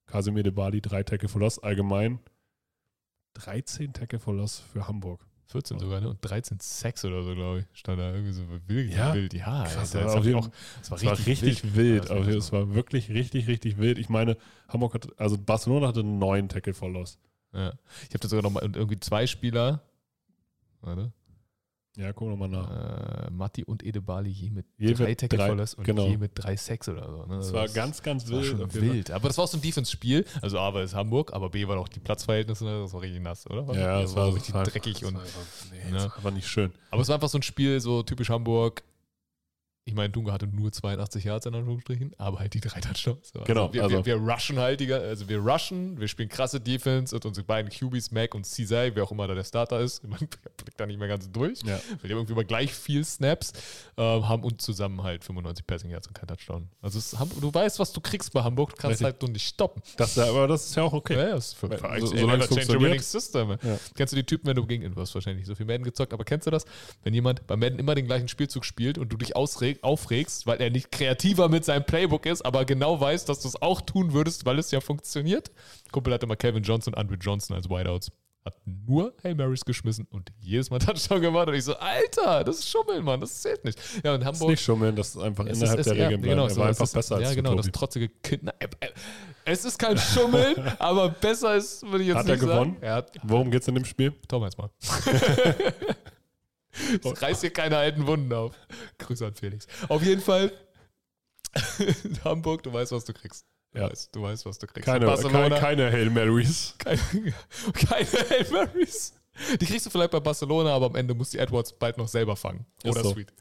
Casimir de Bali, drei Tackle for Loss, allgemein 13 Tackle for Loss für Hamburg.
14 sogar, ne? Und 13, 6 oder so, glaube ich. Stand da irgendwie so wild.
Ja.
wild. ja
Krass,
Alter,
aber
das,
auf
hab ich
jeden-
auch, das war
Es war richtig wild.
Ja,
aber
das war
es war wirklich richtig, richtig wild. Ich meine, Hamburg hat, also Barcelona hatte neun Tackle for Loss.
Ja. Ich habe da sogar nochmal irgendwie zwei Spieler. Warte.
Ja, guck nochmal nach.
Äh, Matti und Edebali je mit
Je
drei
mit
Tackle
drei,
Follows und
genau.
je mit drei Sex oder so. Ne?
Es
Also
war
das-
ganz, ganz
das war
wild.
schon
auf jeden Fall.
wild. Aber das war auch so ein Defense-Spiel. Also A war es Hamburg, aber B waren auch die Platzverhältnisse. ne? Das war richtig nass, oder?
Ja, es
das
war,
so
es
richtig
war-
dreckig.
es
Und,
war einfach, nee,
ne?
es war einfach nicht schön.
aber es war einfach so ein Spiel, so typisch Hamburg. Ich meine, Dunga hatte nur 82 Yards in Anführungsstrichen, aber halt die drei Touchdowns. Also
Genau,
Wir,
also-
wir, wir rushen halt, die, ga- also wir rushen, wir spielen krasse Defense und unsere beiden QBs, Mac und Cesai, wer auch immer da der Starter ist, man blickt da nicht mehr ganz durch.
Ja.
Weil die haben irgendwie immer gleich viel Snaps, äh, haben und zusammen halt 95 Passing Yards und kein Touchdown. Also es ist Hamburg- du weißt, was du kriegst bei Hamburg, du kannst
Richtig.
halt nur nicht stoppen.
Das, äh, aber das ist ja auch okay.
Ja, ja, ist für,
Weil-
für
so-
so,
solange es funktioniert.
System.
Ja.
Kennst du die Typen, wenn du gegen du hast wahrscheinlich nicht so viel Madden gezockt, aber kennst du das? Wenn jemand bei Madden immer den gleichen Spielzug spielt und du dich ausreg, aufregst, weil er nicht kreativer mit seinem Playbook ist, aber genau weiß, dass du es auch tun würdest, weil es ja funktioniert. Kumpel hatte mal Kevin Johnson und Andrew Johnson als Wideouts. Hat nur Hail Marys geschmissen und jedes Mal Touchdown gemacht. Und ich so, Alter, das ist Schummeln, Mann, das zählt nicht. Ja, in
Es ist
Hamburg.
nicht schummeln, das ist einfach
Es
innerhalb
ist-
der
es- ja,
Regeln bleiben. er
es
war
ist-
einfach
es ist-
besser als
Ja, genau, das
Tobi.
trotzige Kind. Na, äh, äh, es ist kein Schummeln, aber besser ist, würde ich jetzt
Hat er
nicht sagen.
gewonnen?
Er hat
Worum geht es in dem Spiel?
Thomas mal. Es reißt hier keine alten Wunden auf. Grüße an Felix. Auf jeden Fall, Hamburg, du weißt, was du kriegst. Du,
Ja.
weißt, du weißt, was du kriegst.
Keine, keine,
Barcelona,
keine Hail Marys.
keine, keine Hail Marys. Die kriegst du vielleicht bei Barcelona, aber am Ende muss die Edwards bald noch selber fangen.
Ist
Oder
so.
Sweet.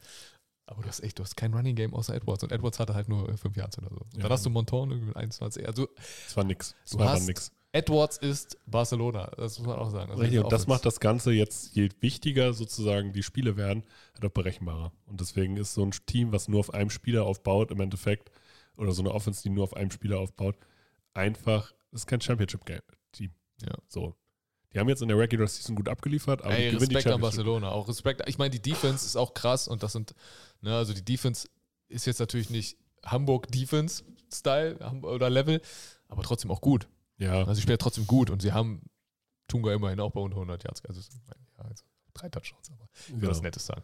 Aber du hast echt, du hast kein Running Game außer Edwards. Und Edwards hatte halt nur äh, fünf Yards oder so.
Ja.
Dann hast du Monton irgendwie mit 21. Also
Es war nix. Es
Du
war einfach
hast-
nix.
Edwards ist Barcelona. Das muss man auch sagen. Also
Richtig,
ist
und das
Offense.
macht das Ganze jetzt, je wichtiger sozusagen die Spiele werden, halt auch berechenbarer. Und deswegen ist so ein Team, was nur auf einem Spieler aufbaut, im Endeffekt, oder so eine Offense, die nur auf einem Spieler aufbaut, einfach, das ist kein Championship-Team.
Ja.
So. Die haben jetzt in der Regular Season gut abgeliefert, aber
Ey,
die gewinnen die
Respekt an
Championship.
Barcelona. Auch Respekt. Ich meine, die Defense ist auch krass und das sind, ne, also die Defense ist jetzt natürlich nicht Hamburg Defense Style Ham- oder Level, aber trotzdem auch gut.
Ja,
Also sie spielen trotzdem gut und sie haben Tunga immerhin auch bei unter 100 Yards. Also, es- ja, also drei Touchdowns, aber ich will
genau.
das Nettes sagen.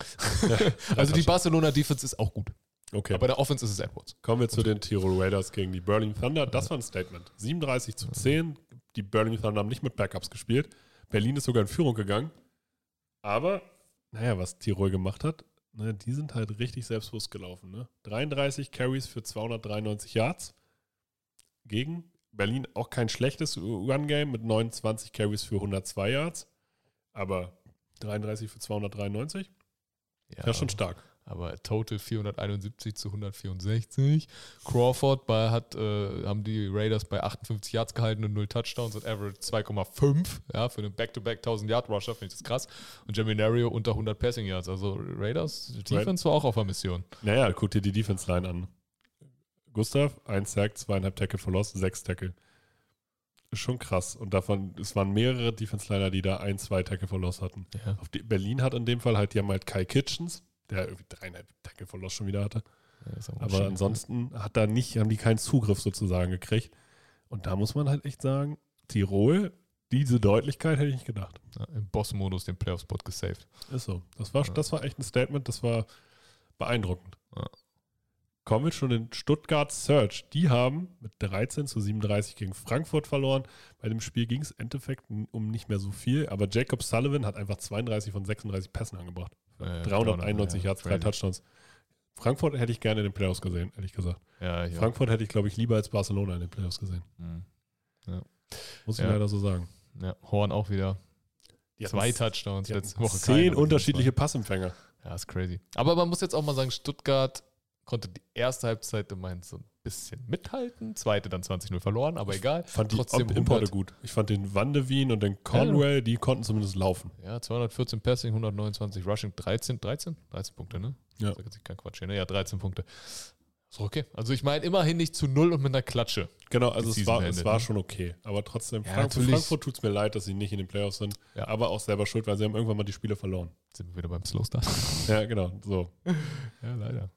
also die Barcelona Defense ist auch gut,
Okay,
aber der Offense ist es Edwards.
kommen wir zu den Tirol Raiders gegen die Berlin Thunder. Das war ein Statement. 37 zu 10. Die Berlin Thunder haben nicht mit Backups gespielt. Berlin ist sogar in Führung gegangen. Aber, naja, was Tirol gemacht hat, ne, die sind halt richtig selbstbewusst gelaufen. Ne? 33 Carries für 293 Yards gegen Berlin auch kein schlechtes Run-Game mit 29 Carries für 102 Yards. Aber 33 für 293, ja, schon stark.
Aber Total 471 zu 164. Crawford bei, hat, äh, haben die Raiders bei 58 Yards gehalten und 0 Touchdowns und Average 2,5. Ja, für einen Back-to-Back 1000 Yard Rusher finde ich das krass. Und Jaminario unter 100 Passing Yards. Also Raiders, die
Right.
Defense war auch auf der Mission.
Naja, guck dir die Defense Line an. Gustav, ein Sack, zweieinhalb Tackle verlost, sechs Tackle. Ist schon krass. Und davon, es waren mehrere Defense Liner, die da ein, zwei Tackle verlost hatten.
Ja.
Auf die, Berlin hat in dem Fall halt, die haben halt Kai Kitchens, der irgendwie dreieinhalb Tackle verlost schon wieder hatte.
Oh,
Aber ansonsten hat da nicht, haben die keinen Zugriff sozusagen gekriegt. Und da muss man halt echt sagen, Tirol, diese Deutlichkeit hätte ich nicht gedacht.
Ja, Im Boss-Modus den Playoff-Spot gesaved.
Ist so. Das war,
Ja.
das war echt ein Statement, das war beeindruckend.
Ja.
Kommen wir schon in Stuttgart Search. Die haben mit 13 zu 37 gegen Frankfurt verloren. Bei dem Spiel ging es im Endeffekt n- um nicht mehr so viel, aber Jacob Sullivan hat einfach 32 von 36 Pässen angebracht.
Äh,
391
ja,
Yards, drei
crazy.
Touchdowns. Frankfurt hätte ich gerne in den Playoffs gesehen, ehrlich gesagt.
Ja, ich auch.
Frankfurt hätte ich, glaube ich, lieber als Barcelona in den Playoffs gesehen.
Mhm.
Muss ich
Ja.
leider so sagen.
ja, Horn auch wieder.
Die hatten
Zwei
z-
Touchdowns
die
letzte
hatten
Woche.
Zehn
keiner.
unterschiedliche Passempfänger.
Ja, ist crazy. Aber man muss jetzt auch mal sagen, Stuttgart konnte die erste Halbzeit immerhin so ein bisschen mithalten, zweite dann 20-0 verloren, aber egal.
fand die
Trotzdem
Ob- Importe
100.
gut. Ich fand den Van de Wien und den Conwell, die konnten zumindest laufen.
Ja, 214 Passing, 129 Rushing, 13, 13? 13 Punkte, ne?
Ja.
Sag jetzt kein Quatsch hier, ne? Ja, 13 Punkte. Ist doch okay. Also ich meine immerhin nicht zu null und mit einer Klatsche.
Genau, also
Die
es war,
Season
es
endet,
war
ne?
schon okay. Aber trotzdem,
Ja,
Frankfurt,
natürlich.
Frankfurt tut es mir leid, dass sie nicht in den Playoffs sind.
Ja.
Aber auch selber schuld, weil sie haben irgendwann mal die Spiele verloren.
Jetzt sind wir wieder beim Slow Start.
Ja, genau. So.
Ja, leider.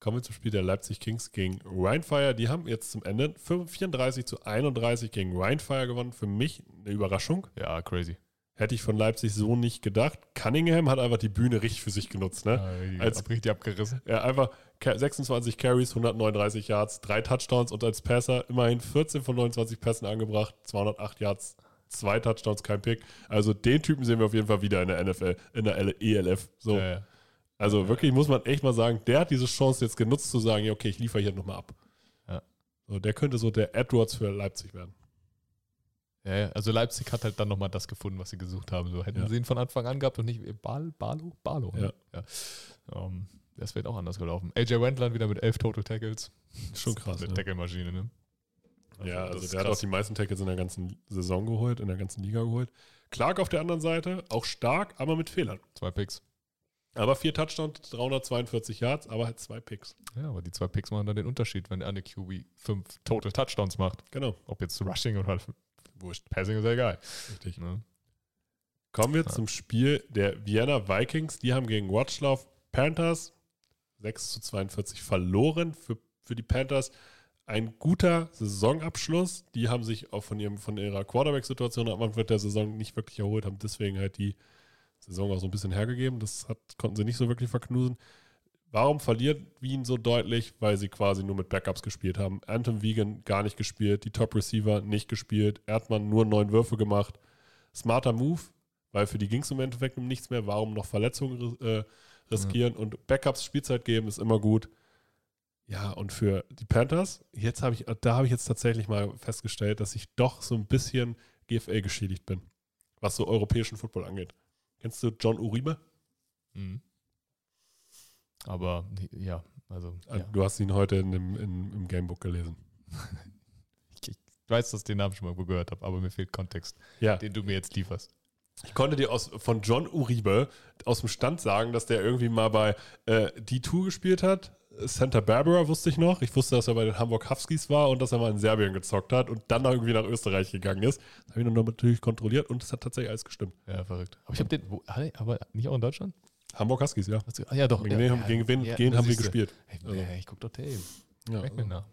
Kommen wir zum Spiel der Leipzig Kings gegen Rheinfire. Die haben jetzt zum Ende 34 zu 31 gegen Rheinfire gewonnen. Für mich eine Überraschung.
Ja, crazy.
Hätte ich von Leipzig so nicht gedacht. Cunningham hat einfach die Bühne richtig für sich genutzt. Ne?
Ja, richtig,
Als-
Ah, ab- richtig abgerissen.
Ja, einfach ca- 26 Carries, 139 Yards, drei Touchdowns und als Passer immerhin 14 von 29 Pässen angebracht, 208 Yards, zwei Touchdowns, kein Pick. Also den Typen sehen wir auf jeden Fall wieder in der NFL, in der L- ELF. So.
Ja, ja.
Also wirklich muss man echt mal sagen, der hat diese Chance jetzt genutzt zu sagen, ja okay, ich liefere hier nochmal ab.
Ja.
So, der könnte so der Edwards für Leipzig werden.
Ja, ja, also Leipzig hat halt dann nochmal das gefunden, was sie gesucht haben. So hätten
Ja.
sie ihn von Anfang an gehabt und nicht Bal, Balo, Balo. ne? Ja. Ähm, das wäre auch anders gelaufen. AJ Wendland wieder mit elf Total Tackles.
Schon krass.
Eine
Ne?
Tackle-Maschine, ne?
Ja,
das
also
ist
der hat auch
krass.
die meisten Tackles in der ganzen Saison geholt, in der ganzen Liga geholt. Clark auf der anderen Seite, auch stark, aber mit Fehlern.
Zwei Picks.
Aber vier Touchdowns, 342 Yards, aber halt zwei Picks.
Ja, aber die zwei Picks machen dann den Unterschied, wenn eine QB fünf Total Touchdowns macht.
Genau,
Ob jetzt Rushing oder Wurscht. Passing ist ja egal.
richtig.
Ne?
Kommen wir
Ja.
zum Spiel der Vienna Vikings. Die haben gegen Watchlauf Panthers 6 zu 42 verloren für, für die Panthers. Ein guter Saisonabschluss. Die haben sich auch von, ihrem, von ihrer Quarterback-Situation am Anfang der Saison nicht wirklich erholt, haben deswegen halt die Saison auch so ein bisschen hergegeben. Das hat, konnten sie nicht so wirklich verknusen. Warum verliert Wien so deutlich? Weil sie quasi nur mit Backups gespielt haben. Anton Wiegand gar nicht gespielt, die Top-Receiver nicht gespielt, Erdmann nur neun Würfe gemacht. Smarter Move, weil für die ging es im Endeffekt um nichts mehr. Warum noch Verletzungen äh, riskieren und Backups Spielzeit geben ist immer gut. Ja, und für die Panthers, jetzt habe ich, da habe ich jetzt tatsächlich mal festgestellt, dass ich doch so ein bisschen GFL geschädigt bin, was so europäischen Football angeht. Kennst du John Uribe?
Mhm. Aber ja, also
Ah,
ja.
Du hast ihn heute in dem, in, im Gamebook gelesen.
ich weiß, dass ich den Namen schon mal gehört habe, aber mir fehlt Kontext,
Ja,
den du mir jetzt lieferst.
ich konnte dir aus, von John Uribe aus dem Stand sagen, dass der irgendwie mal bei äh, D2 gespielt hat. Santa Barbara wusste ich noch. Ich wusste, dass er bei den Hamburg Huskies war und dass er mal in Serbien gezockt hat und dann irgendwie nach Österreich gegangen ist. Das habe ich dann natürlich kontrolliert und es hat tatsächlich alles gestimmt.
Ja, verrückt. Aber ich habe den, wo, hat er- aber nicht auch in Deutschland?
Hamburg Huskies, ja.
Hast du- Ah, ja, doch.
Gegen,
ja,
wen,
ja,
gegen wen
ja,
gehen
das
haben wir
siehste.
gespielt?
Ey,
Also.
ja, ich guck doch Tape. genau.
Ja,
Schmeckt mir nach.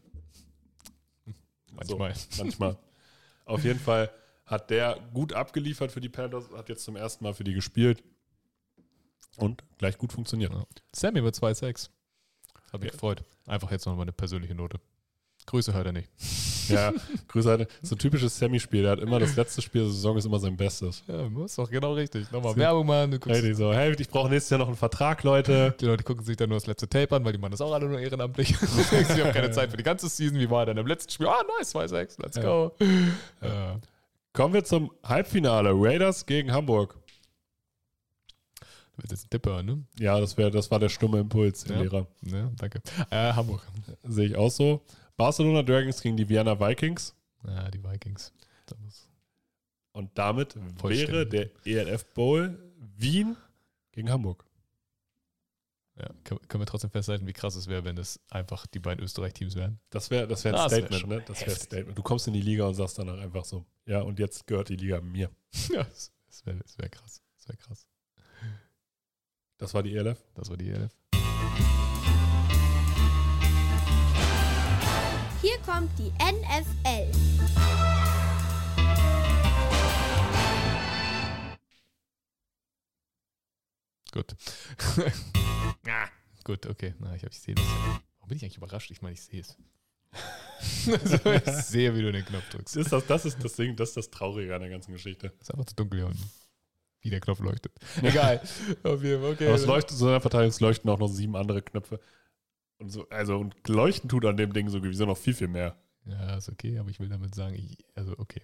So.
Manchmal.
Manchmal. Auf jeden Fall hat der gut abgeliefert für die Panthers, hat jetzt zum ersten Mal für die gespielt und gleich gut funktioniert.
Ja. Sammy mit 2,6. Hab mich
Ja.
gefreut. Einfach jetzt nochmal eine persönliche Note. Grüße hört er nicht.
Ja, Grüße an, so ein typisches Sammy-Spiel. Der hat immer das letzte Spiel der Saison, ist immer sein Bestes.
Ja, muss doch genau richtig. Nochmal
Sie-
Werbung machen. Du guckst,
Hey, die so, hey, ich brauche nächstes Jahr noch einen Vertrag, Leute.
die Leute gucken sich dann nur das letzte Tape an, weil die machen das auch alle nur ehrenamtlich. Sie haben keine Zeit für die ganze Season. Wie war er denn im letzten Spiel? Ah, nice, 2,6. Let's
Ja.
go. Ja.
Kommen wir zum Halbfinale. Raiders gegen Hamburg.
Das ist ein Dipper, ne?
Ja, das, wär, das war der stumme Impuls, der
Ja.
Lehrer.
Ja, danke. Äh, Hamburg.
Sehe ich auch so. Barcelona Dragons gegen die Vienna Vikings.
Ja, die Vikings. Da muss-
Und damit wäre
Vollständig.
der ELF Bowl Wien gegen Hamburg.
Ja, können, können wir trotzdem festhalten, wie krass es wäre, wenn das einfach die beiden Österreich-Teams wären.
Das wäre das wär ein
Ah, Das wär
Statement,
schon
ne? Das wäre ein
heftig.
Statement. Du kommst in die Liga und sagst danach einfach so, ja, und jetzt gehört die Liga mir.
ja, das, das wäre das wär krass. Das wäre krass.
Das war die E ELF.
Das war die ELF.
Hier kommt die NFL.
Gut. ah, gut, okay. Na, ich, hab- ich sehe das. Warum bin ich eigentlich überrascht? Ich meine, ich sehe es. also, ich sehe, wie du den Knopf drückst.
Das ist das, das ist das Ding, das ist das Traurige an der ganzen Geschichte.
ist einfach zu dunkel hier unten. Wie der Knopf leuchtet. Egal. Auf jeden Fall. Okay.
Aber es leuchtet, so in der Verteidigung leuchten auch noch sieben andere Knöpfe. Und so, also und leuchten tut an dem Ding sowieso noch viel, viel mehr.
Ja, ist okay, aber ich will damit sagen, ich, also okay.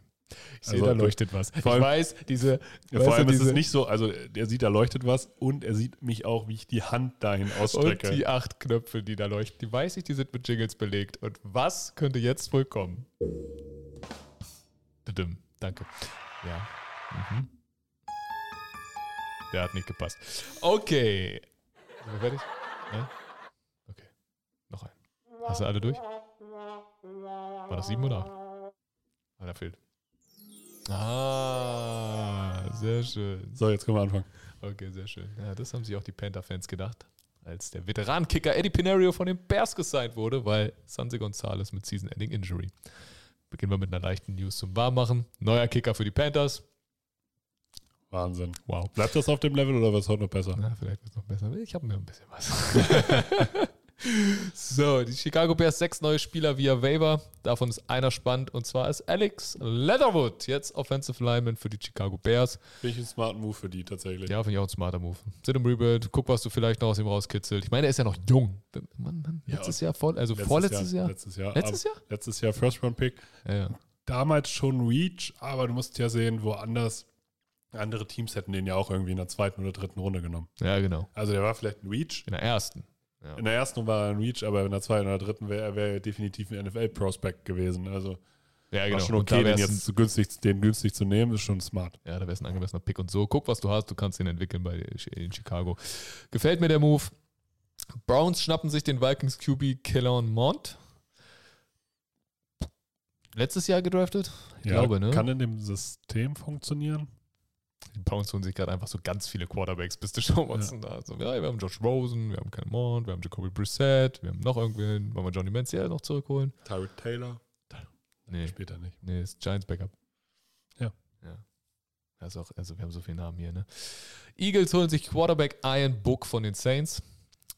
Ich sehe,
Also,
da
du-
leuchtet was. Ich
allem-
weiß, diese. weißt
Vor
du,
allem ist es
diese-
nicht so, also er sieht, da leuchtet was und er sieht mich auch, wie ich die Hand dahin
Und
ausstrecke.
die acht Knöpfe, die da leuchten, die weiß ich, die sind mit Jingles belegt. Und was könnte jetzt wohl kommen? Tudum. Danke. Ja. Mhm. Der hat nicht gepasst. Okay. Sind wir fertig? Nein? Okay. Noch ein. Hast du alle durch? War das sieben oder acht? Ah, da fehlt. Ah, sehr schön.
so, jetzt können wir anfangen.
Okay, sehr schön. Ja, das haben sich auch die Panther-Fans gedacht, als der Veteran-Kicker Eddie Pinario von den Bears gesigned wurde, weil Sanse Gonzalez mit Season-Ending Injury. Beginnen wir mit einer leichten News zum Warmmachen. Neuer Kicker für die Panthers.
Wahnsinn.
Wow.
Bleibt das auf dem Level oder wird es heute noch besser?
Na, vielleicht wird es noch besser. Ich habe mir ein bisschen was. so, die Chicago Bears sechs neue Spieler via Waiver. Davon ist einer spannend und zwar ist Alex Leatherwood jetzt Offensive Lineman für die Chicago Bears.
Finde ich einen smarten Move für die tatsächlich.
Ja, finde ich auch ein smarter Move. Sit im Rebuild, guck, was du vielleicht noch aus ihm rauskitzelt. Ich meine, er ist ja noch jung. Mann, Mann,
Ja,
letztes Jahr, voll, also vorletztes Jahr.
Letztes Jahr.
Letztes
Ab-
Jahr?
Letztes Jahr First Round Pick.
Ja, ja.
Damals schon Reach, aber du musst ja sehen, woanders. Andere Teams hätten den ja auch irgendwie in der zweiten oder dritten Runde genommen.
ja, genau.
Also der war vielleicht ein Reach.
In der ersten.
In der ersten war er ein Reach, aber in der zweiten oder dritten wäre er wär definitiv ein NFL-Prospect gewesen. Also
Ja, genau.
war schon
Und da
okay, den
wär's
jetzt so günstig, den günstig zu nehmen, ist schon smart.
Ein, ja, da wäre es ein angemessener Pick und so. Guck, was du hast, du kannst ihn entwickeln bei in Chicago. Gefällt mir der Move. Browns schnappen sich den Vikings QB Kellen Mond. Letztes Jahr gedraftet? Ich
Ja,
glaube, ne?
Kann in dem System funktionieren.
Die Browns holen sich gerade einfach so ganz viele Quarterbacks, bis der Sean Watson da ist. So, ja, wir haben Josh Rosen, wir haben Ken Mond, wir haben Jacoby Brissett, wir haben noch irgendwen. Wollen wir Johnny Manziel noch zurückholen?
Tyrod Taylor.
Nee,
Später nicht.
nee, ist Giants Backup.
Ja.
Ja. Also, auch, also wir haben so viele Namen hier, ne? Eagles holen sich Quarterback Ian Book von den Saints.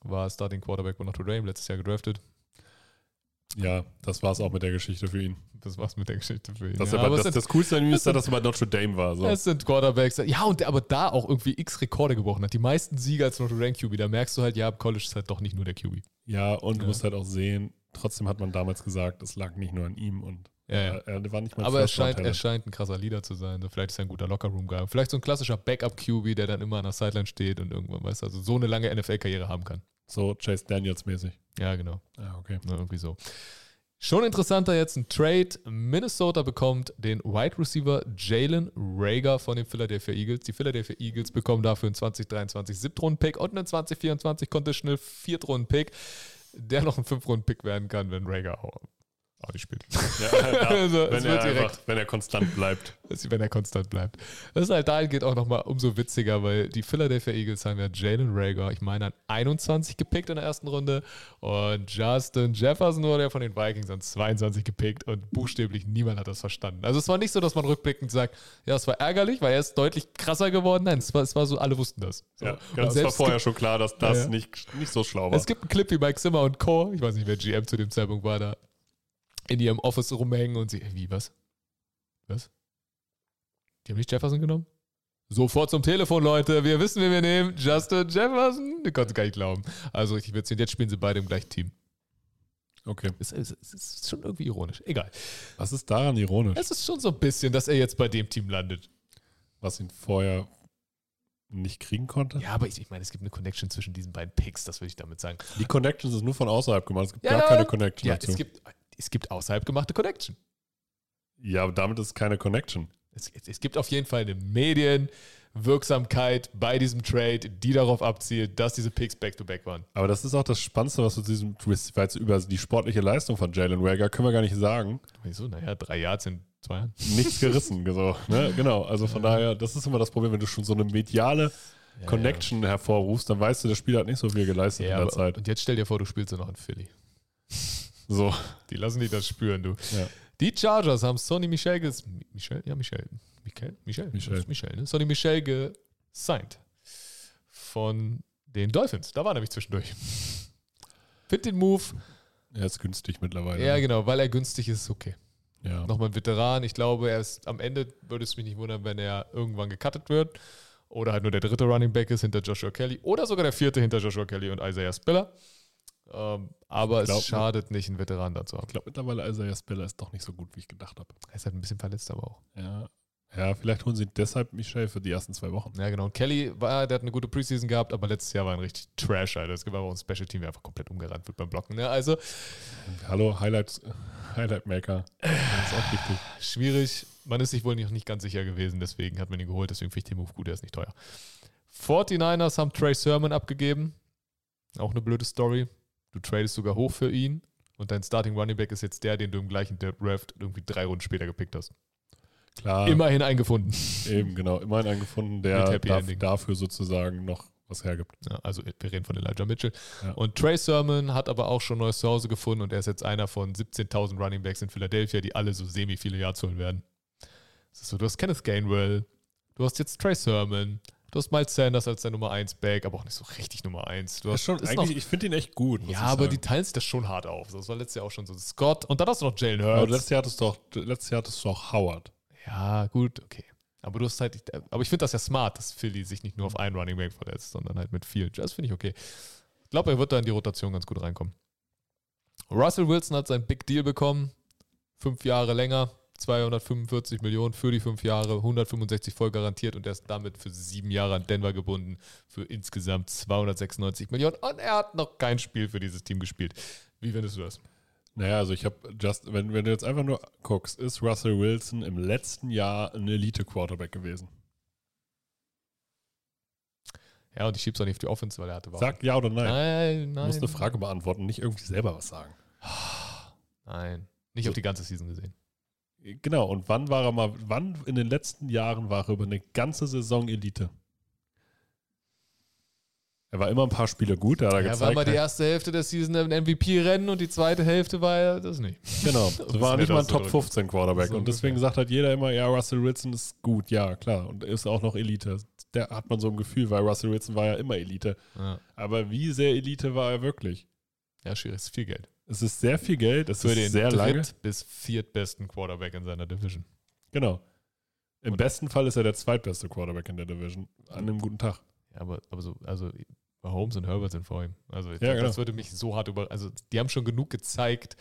War Starting Quarterback bei Notre Dame, letztes Jahr gedraftet.
Ja, das war's auch mit der Geschichte für ihn.
Das war's mit der Geschichte für ihn.
Das,
ja,
aber
aber
das,
es sind-
das Coolste an ihm ist,
das-
dass er bei Notre Dame war. So.
Es sind Quarterbacks. Ja, und der aber da auch irgendwie x Rekorde gebrochen hat. Die meisten Siege als Notre Dame QB. Da merkst du halt, ja, im College ist halt doch nicht nur der QB.
Ja, und du
Ja.
musst halt auch sehen, trotzdem hat man damals gesagt, es lag nicht nur an ihm und
Ja, ja.
er, er war nicht mal
Äh, Aber er
First Round
scheint, er
Talent.
scheint ein krasser Leader zu sein. So, Vielleicht ist er ein guter Lockerroom-Guy. Vielleicht so ein klassischer Backup-QB, der dann immer an der Sideline steht und irgendwann, weißt du, also so eine lange NFL-Karriere haben kann.
so Chase Daniels mäßig.
Ja, genau.
Ah, okay.
Ne, irgendwie so. Schon interessanter jetzt ein Trade. Minnesota bekommt den Wide Receiver Jalen Rager von den Philadelphia Eagles. Die Philadelphia Eagles bekommen dafür einen 2023 Siebtrunden-Pick und einen 2024 Conditional Viertrunden-Pick, der noch ein Fünftrunden-Pick werden kann, wenn Rager auch, auch nicht spielt.
Ja, ja,
Also, es
wenn,
wird
er einfach,
direkt.
wenn er konstant bleibt.
dass sie, wenn er konstant bleibt. Das ist halt dahingehend auch nochmal umso witziger, weil die Philadelphia Eagles haben ja Jalen Rager, ich meine, an 21 gepickt in der ersten Runde und Justin Jefferson wurde ja von den Vikings an 22 gepickt und buchstäblich niemand hat das verstanden. Also es war nicht so, dass man rückblickend sagt, ja, es war ärgerlich, weil er ist deutlich krasser geworden. Nein, es war, es war so, alle wussten das. So.
Ja, Genau, es
und
war
selbst
vorher schon klar, dass das
Ja, ja.
Nicht, nicht so schlau war.
es gibt einen Clip, wie Mike Zimmer und Co., ich weiß nicht, wer GM zu dem Zeitpunkt war, da in ihrem Office rumhängen und sie, wie, was? Was? Die haben nicht Jefferson genommen? Sofort zum Telefon, Leute. Wir wissen, wen wir nehmen. Justin Jefferson. Ich konnte gar nicht glauben. Also richtig witzig. Und jetzt spielen sie beide im gleichen Team.
Okay.
Es ist, es ist schon irgendwie ironisch. Egal.
Was ist daran ironisch,
Es ist schon so ein bisschen, dass er jetzt bei dem Team landet.
was ihn vorher nicht kriegen konnte.
Ja, aber ich, ich meine, es gibt eine Connection zwischen diesen beiden Picks, das würde ich damit sagen.
Die Connections ist nur von außerhalb gemacht. Es gibt
Ja,
gar keine
ja.
Connection
Ja,
dazu.
es gibt, es gibt außerhalb gemachte Connection.
ja, aber damit ist keine Connection.
Es, es, es gibt auf jeden Fall eine Medienwirksamkeit bei diesem Trade, die darauf abzielt, dass diese Picks back-to-back waren.
Aber das ist auch das Spannendste, was zu diesem, weil es über die sportliche Leistung von Jalen Rager können wir gar nicht sagen.
Wieso? Naja, drei Yards in zwei Jahren.
Nichts gerissen. so, ne? Genau. Also von daher, das ist immer das Problem, wenn du schon so eine mediale Connection hervorrufst, dann weißt du, der Spieler hat nicht so viel geleistet
Ja, ja
in der
aber,
Zeit.
Und jetzt stell dir vor, du spielst ja noch in Philly.
So.
Die lassen dich das spüren, du.
Ja.
Die Chargers haben Sonny Michel ges Mi- Michel? Ja, Michel. Michel? Michel.
Michel.
Das ist Michel ne? Sonny Michel gesigned. Von den Dolphins. Da war nämlich zwischendurch. Find den Move.
Er ist günstig mittlerweile.
Ja, genau, weil er günstig ist, okay.
ja.
Nochmal ein Veteran. Ich glaube, er ist am Ende, würde es mich nicht wundern, wenn er irgendwann gecuttet wird. Oder halt nur der dritte Running Back ist hinter Joshua Kelly. Oder sogar der vierte hinter Joshua Kelly und Isaiah Spiller. Ähm, aber
Ich glaub,
es schadet nicht, einen Veteran dazu haben.
Ich glaube mittlerweile Isaiah Spiller ist doch nicht so gut, wie ich gedacht habe.
Er ist halt ein bisschen verletzt, aber auch.
Ja. ja, vielleicht holen sie deshalb Michel für die ersten zwei Wochen.
Ja, genau. Und Kelly war, der hat eine gute Preseason gehabt, aber letztes Jahr war ein richtig Trash, Alter. Es gibt aber auch ein Special Team, der einfach komplett umgerannt wird beim Blocken. Ne? Also
Hallo, Highlights, Highlight Maker. Das ist auch wichtig.
schwierig. Man ist sich wohl noch nicht ganz sicher gewesen, deswegen hat man ihn geholt. Deswegen finde ich den Move gut, der ist nicht teuer. 49ers haben Trey Sermon abgegeben. Auch eine blöde Story. Du tradest sogar hoch für ihn und dein Starting Running Back ist jetzt der, den du im gleichen Draft irgendwie drei Runden später gepickt hast.
Klar,
Immerhin eingefunden.
eben, genau. Immerhin einen gefunden,
Mit
der
Happy
darf,
Ending.
dafür sozusagen noch was hergibt.
Ja, also wir reden von Elijah Mitchell.
Ja.
Und Trey Sermon hat aber auch schon neues Zuhause gefunden und er ist jetzt einer von 17.000 Runningbacks in Philadelphia, die alle so semi viele Yards holen werden. Es ist so, du hast Kenneth Gainwell, du hast jetzt Trey Sermon, du hast Miles Sanders als der Nummer 1 Back, aber auch nicht so richtig Nummer 1. Du hast, ist noch,
ich finde ihn echt gut. muss
ja,
ich
aber die
sagen.
teilen sich das schon hart auf. Das war letztes Jahr auch schon so. Scott und dann hast du noch Jalen
Aber
Hurts.
letztes Jahr hattest du doch, letztes Jahr hattest du doch Howard.
Ja, gut, okay. Aber du hast halt, aber ich finde das ja smart, dass Philly sich nicht nur auf einen Running Back verletzt, sondern halt mit vielen. Das finde ich okay. Ich glaube, er wird da in die Rotation ganz gut reinkommen. Russell Wilson hat sein Big Deal bekommen. Fünf Jahre länger, 245 Millionen für die fünf Jahre, 165 voll garantiert und er ist damit für sieben Jahre an Denver gebunden für insgesamt 296 Millionen und er hat noch kein Spiel für dieses Team gespielt. Wie findest du das?
Naja, also ich habe just, wenn, wenn du jetzt einfach nur guckst, ist Russell Wilson im letzten Jahr ein Elite-Quarterback gewesen.
Ja, und ich schieb's auch nicht auf die Offense, weil er hatte
Sag ja oder nein.
Nein, nein.
Du musst eine Frage beantworten, nicht irgendwie selber was sagen.
Nein. Nicht auf die ganze Season gesehen.
Genau, und wann war er mal, wann in den letzten Jahren war er über eine ganze Saison Elite? Er war immer ein paar Spiele gut, da hat er
Er war
gezeigt.
mal die
ne?
erste Hälfte der Season ein MVP-Rennen und die zweite Hälfte war er das nicht.
genau, das war
nett
nicht mal ein Top
auszudrücken.
15 Quarterback.
So
und deswegen sagt halt jeder immer, ja, Russell Wilson ist gut, ja, klar. Und ist auch noch Elite. Da hat man so ein Gefühl, weil Russell Wilson war ja immer Elite.
Ja,
Aber wie sehr Elite war er wirklich?
ja schwierig. Ist viel Geld.
Es ist sehr viel Geld, es
Für
ist
den
sehr lange.
dritt- bis viertbesten Quarterback in seiner Division.
Genau. Im
Und-
besten Fall ist er der zweitbeste Quarterback in der Division. An einem guten Tag.
Ja, aber, aber so, also Holmes und Herbert sind vor ihm. Also ich
Ja,
glaub,
genau.
das würde mich so hart über. Also die haben schon genug gezeigt,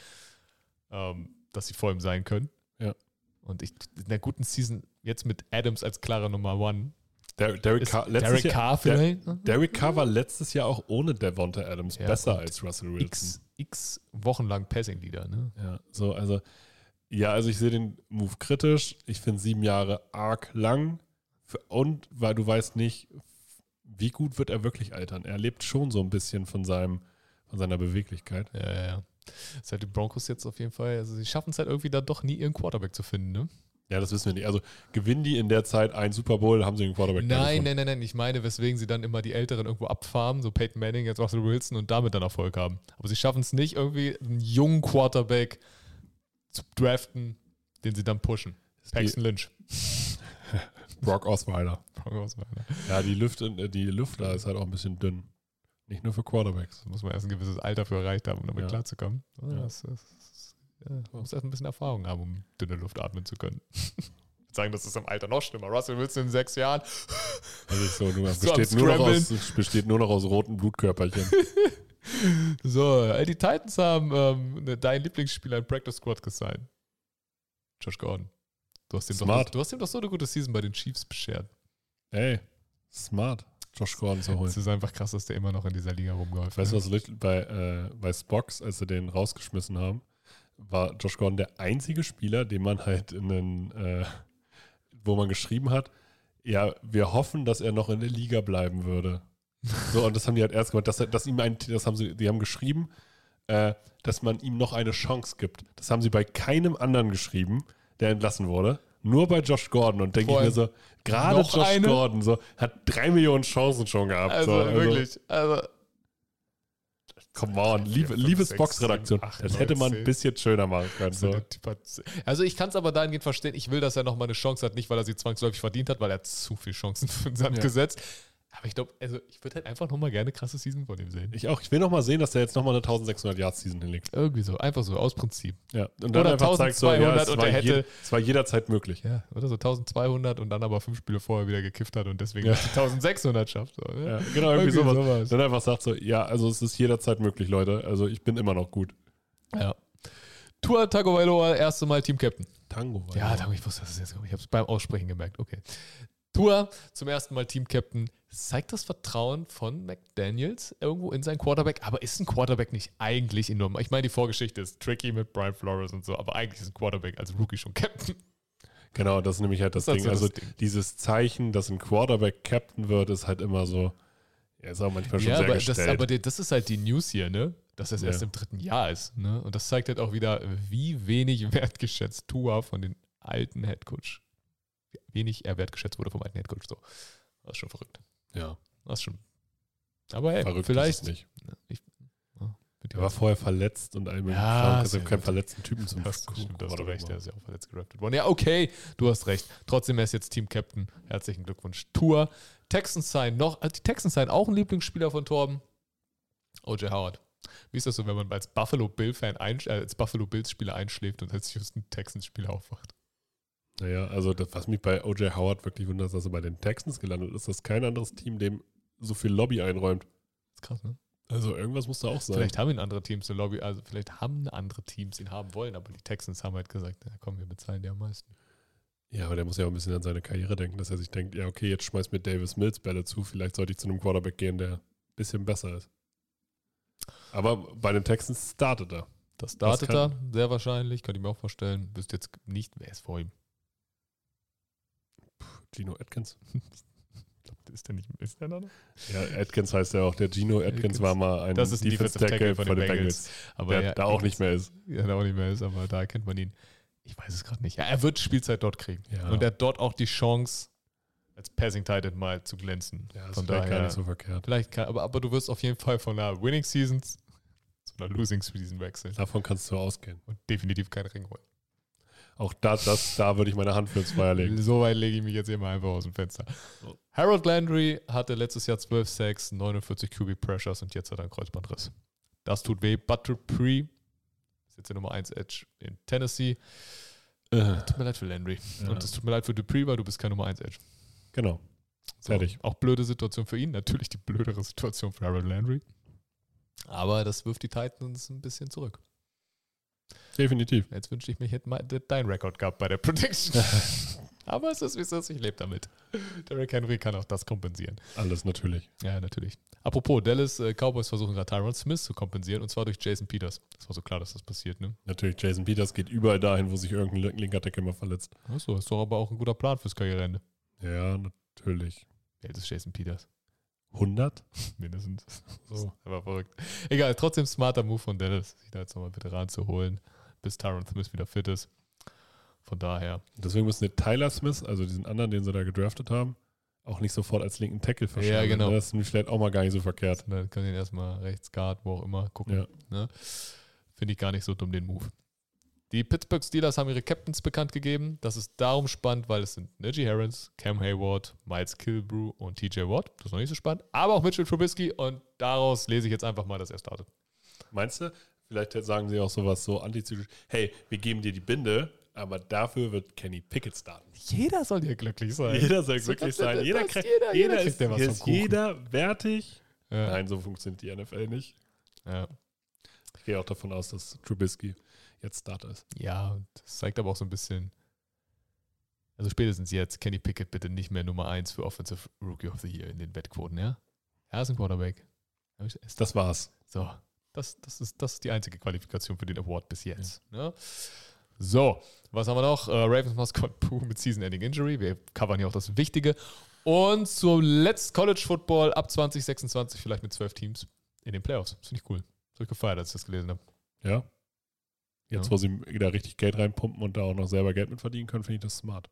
ähm, dass sie vor ihm sein können.
Ja.
Und ich, in der guten Season jetzt mit Adams als klare Nummer One.
Der, Derek,
Ist
Carr, letztes
Derek
Jahr,
Carr
Der-
vielleicht?
Derek Carr war letztes Jahr auch ohne Devonta Adams
Ja,
besser
und
als Russell Wilson.
X, X Wochen lang Passing-Leader, ne?
Ja, so, also, ja, also ich sehe den Move kritisch. Ich finde sieben Jahre arg lang. Für- Und weil du weißt nicht, wie gut wird er wirklich altern. Er lebt schon so ein bisschen von seinem, von seiner Beweglichkeit.
Ja, ja, ja. Das ist halt die Broncos jetzt auf jeden Fall. Also sie schaffen es halt irgendwie dann doch nie, ihren Quarterback zu finden, ne?
Ja, das wissen wir nicht. Also gewinnen die in der Zeit einen Super Bowl, haben sie den Quarterback
Nein,
gefunden.
nein, nein, nein. Ich meine, weswegen sie dann immer die Älteren irgendwo abfarmen, so Peyton Manning, jetzt Russell Wilson und damit dann Erfolg haben. Aber sie schaffen es nicht, irgendwie einen jungen Quarterback zu draften, den sie dann pushen.
Ist die-
Paxton Lynch. ne.
Brock Osweiler.
Broncos, Mann.
Ja, die, Lüft, die Lüfter ist halt auch ein bisschen dünn. Nicht nur für Quarterbacks.
Da muss man erst ein gewisses Alter für erreicht haben, um damit
Ja.
klarzukommen. Ah,
Ja.
das ist- ja, man muss erst ein bisschen Erfahrung haben, um dünne Luft atmen zu können. Ich würde sagen, das ist im Alter noch schlimmer. Russell Wilson in sechs Jahren.
Also ich so, nur,
So am
besteht, nur noch
Scramblen.
aus, es besteht nur noch aus roten Blutkörperchen.
So, äh, die Titans haben ähm, ne- deinen Lieblingsspieler im Practice Squad gesigned. Josh Gordon. Du hast, ihm doch,
Smart.
du hast ihm doch so eine gute Season bei den Chiefs beschert.
Ey, Smart, Josh Gordon zu holen.
Es ist einfach krass, dass der immer noch in dieser Liga ne? rumgeholfen
Weißt du,
hat.
was lustig- bei, äh, bei Spox, als sie den rausgeschmissen haben, war Josh Gordon der einzige Spieler, den man halt in den, äh, wo man geschrieben hat, ja, wir hoffen, dass er noch in der Liga bleiben würde. So, und das haben die halt erst gemacht, dass, er- dass ihm ein, das haben sie, die haben geschrieben, äh, dass man ihm noch eine Chance gibt. Das haben sie bei keinem anderen geschrieben, der entlassen wurde. Nur bei Josh Gordon und denke ich
Vor
mir
allem
so, gerade
noch
Josh
eine?
Gordon so, hat drei Millionen Chancen schon gehabt.
Also,
so,
wirklich. Also,
Come on,
Vier,
liebe,
fünf,
liebe
sechs,
Spox-Redaktion.
sieben, acht,
Das
neun,
hätte man ein
zehn.
bisschen schöner machen können.
also,
So.
der typ hat, also ich kann es aber dahingehend verstehen. Ich will, dass er nochmal eine Chance hat. Nicht, weil er sie zwangsläufig verdient hat, weil er hat zu viele Chancen für den Sand
Ja.
gesetzt. Aber ich glaube, also ich würde halt einfach nochmal gerne krasse Season von ihm sehen.
Ich auch. Ich will noch mal sehen, dass der jetzt noch mal eine 1600 Yards Season hinlegt.
Irgendwie so, einfach so, aus Prinzip.
Ja. Und
Oder
einfach zeigt so, ja,
1200
es
und
war,
er hätte-
jed- es war jederzeit möglich.
Ja, oder so 1200 und dann aber fünf Spiele vorher wieder gekifft hat und deswegen
Ja.
die 1600 schafft. So, ne?
Ja, genau, irgendwie,
Irgendwie
sowas.
sowas.
Dann einfach sagt so, ja, also es ist jederzeit möglich, Leute. Also ich bin immer noch gut.
Ja. Tua Tagovailoa, erste Mal Team-Captain.
Tango. war
Ja,
das.
Tango, ich wusste, dass es jetzt kommt. Ich habe es beim Aussprechen gemerkt. Okay. Tua zum ersten Mal Team-Captain. Zeigt das Vertrauen von McDaniels irgendwo in seinen Quarterback? Aber ist ein Quarterback nicht eigentlich enorm? Ich meine, die Vorgeschichte ist tricky mit Brian Flores und so, aber eigentlich ist ein Quarterback als Rookie schon Captain.
Genau, das ist nämlich halt das,
Das ist
Ding.
also
Also
das Ding.
dieses Zeichen, dass ein Quarterback Captain wird, ist halt immer so, ja, ist auch manchmal schon
Ja,
sehr
aber, das,
gestellt.
aber die- das ist halt die News hier, ne? Dass das erst
Ja.
im dritten Jahr ist. Ne? Und das zeigt halt auch wieder, wie wenig wertgeschätzt Tua von den alten Headcoach. Wenig er wertgeschätzt wurde vom alten Headcoach. So. Das ist schon verrückt.
ja,
Das ist schon. Aber hey,
verrückt
Äh, vielleicht.
ist es nicht.
Ne, Ich, ja, mit
Der war vorher verletzt und all möglichen
Ja,
Kram. Also
sehr
keinen
gut.
verletzten Typen zum
das stimmt, da hast du
Quarterback
recht.
machen.
Der ist ja auch verletzt gerappt worden. Ja, okay, du hast recht. Trotzdem, er ist jetzt Team-Captain. Herzlichen Glückwunsch. Tour. Texans sein noch. Also die Texans sein auch ein Lieblingsspieler von Torben. O.J. Howard. Wie ist das so, wenn man als Buffalo Bill-Fan einsch- äh, als Buffalo Bills-Spieler einschläft und als Houston Texans-Spieler aufwacht?
Naja, also das, was mich bei O.J. Howard wirklich wundert, ist, dass er bei den Texans gelandet ist, dass kein anderes Team dem so viel Lobby einräumt.
ist krass, ne?
Also irgendwas muss da auch sein.
Vielleicht haben ihn andere Teams eine Lobby, also vielleicht haben andere Teams ihn haben wollen, aber die Texans haben halt gesagt, ja, komm, wir bezahlen dir am meisten.
Ja, aber der muss ja auch ein bisschen an seine Karriere denken, dass er sich denkt, ja, okay, jetzt schmeißt mir Davis Mills Bälle zu, vielleicht sollte ich zu einem Quarterback gehen, der ein bisschen besser ist. Aber bei den Texans startet er.
Das
Das
startet er,
kann-
sehr wahrscheinlich, könnte ich mir auch vorstellen. Wüsste jetzt nicht, wer ist vor ihm.
Gino Atkins.
Ist der nicht ist der da noch?
Ja, Atkins heißt ja auch. Der Gino Atkins
Atkins.
war mal ein
Das ist ein
Defensive Tackle
Defensive Tackle von
von den
den
Bengals,
Aber
der
ja,
da auch nicht mehr ist.
Ja, da auch nicht mehr ist, aber da erkennt man ihn. Ich weiß es gerade nicht. Ja, er wird Spielzeit dort kriegen.
Ja.
Und er hat dort auch die Chance, als Passing Titan mal zu glänzen.
Ja,
von
ist vielleicht
daher.
gar nicht so verkehrt.
vielleicht kann, aber, aber du wirst auf jeden Fall von einer Winning Seasons zu einer Losing Season wechseln
Davon kannst du ausgehen.
und definitiv keinen Ring holen.
Auch da, das, da würde ich meine Hand für ins Feuer legen.
So weit lege ich mich jetzt immer einfach aus dem Fenster. Harold Landry hatte letztes Jahr 12 Sacks, 49 QB Pressures und jetzt hat er einen Kreuzbandriss. Das tut weh. But Dupree ist jetzt der Nummer 1 Edge in Tennessee. Tut mir leid für Landry.
Ja.
Und es tut mir leid für Dupree, weil du bist kein Nummer 1 Edge.
Genau. Fertig.
Auch blöde Situation für ihn. Natürlich die blödere Situation für Harold Landry. Aber das wirft die Titans ein bisschen zurück.
Definitiv.
Jetzt wünschte ich mir, ich hätte mal dein Rekord gehabt bei der Prediction. Aber es ist, wie es ist. Ich lebe damit. Derrick Henry kann auch das kompensieren.
Alles natürlich.
Ja, natürlich. Apropos, Dallas äh, Cowboys versuchen gerade Tyron Smith zu kompensieren und zwar durch Jason Peters. Das war so klar, dass das passiert, ne?
Natürlich, Jason Peters geht überall dahin, wo sich irgendein lin- linker Tackle immer verletzt.
Achso, ist doch aber auch ein guter Plan fürs Karriereende.
Ja, natürlich.
Ja, das ist Jason Peters.
100?
Mindestens. So. Aber verrückt. Egal, trotzdem smarter Move von Dallas, sich da jetzt nochmal Veteran zu holen, bis Tyron Smith wieder fit ist. Von daher.
Deswegen müssen die Tyler Smith, also diesen anderen, den sie da gedraftet haben, auch nicht sofort als linken Tackle verschwinden.
genau.
Das ist nämlich vielleicht auch mal gar nicht so verkehrt.
Also, Dann können wir ihn erstmal rechts, Guard, wo auch immer gucken.
Ja.
Ne? Finde ich gar nicht so dumm, den Move. Die Pittsburgh Steelers haben ihre Captains bekannt gegeben. Das ist darum spannend, weil es sind Najee Harris, Cam Hayward, Miles Kilbrew und TJ Watt. Das ist noch nicht so spannend. Aber auch Mitchell Trubisky und daraus lese ich jetzt einfach mal, dass er startet.
Meinst du, vielleicht sagen sie auch sowas so antizyklisch, hey, wir geben dir die Binde, aber dafür wird Kenny Pickett starten.
Jeder soll hier glücklich sein.
Jeder soll
So,
glücklich
das- das-
sein. Jeder,
das-
kriegt, jeder,
jeder- jeder kriegt
ist,
ja was
hier
vom
ist
Kuchen.
jeder wertig.
Ja.
Nein, so funktioniert die NFL nicht.
Ja.
Ich gehe auch davon aus, dass Trubisky jetzt Starter ist.
Ja, und das zeigt aber auch so ein bisschen. Also spätestens jetzt, Kenny Pickett bitte nicht mehr Nummer 1 für Offensive Rookie of the Year in den Wettquoten, ja? Er ist ein Quarterback. Hab ich- ist das-
Das war's.
So, das, das, ist, das ist die einzige Qualifikation für den Award bis jetzt. Ne? So, was haben wir noch? Äh, Ravens Mascot Pooh mit Season-Ending Injury. Wir covern hier auch das Wichtige. Und zuletzt College Football ab 2026, vielleicht mit zwölf Teams in den Playoffs. Finde ich cool. Das habe ich gefeiert, als ich das gelesen habe.
Ja. Jetzt,
Ja.
wo sie da richtig Geld reinpumpen und da auch noch selber Geld mit verdienen können, finde ich das smart.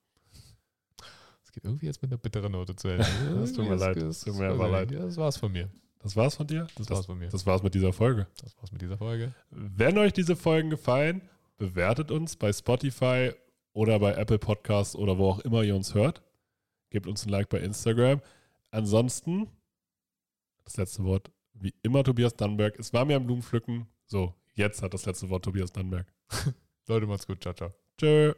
Es geht irgendwie jetzt mit einer bitteren Note zu Ende.
Das tut mir leid. Das tut mir aber leid.
Ja, das war's von mir.
Das war's von dir?
Das war's von mir.
Das war's mit dieser Folge.
Das war's mit dieser Folge.
Wenn euch diese Folgen gefallen, bewertet uns bei Spotify oder bei Apple Podcasts oder wo auch immer ihr uns hört. Gebt uns ein Like bei Instagram. Ansonsten, das letzte Wort, wie immer Tobias Dannberg. Es war mir am Blumenpflücken. So, jetzt hat das letzte Wort Tobias Dannberg.
Leute, macht's gut. Ciao, ciao.
Tschö.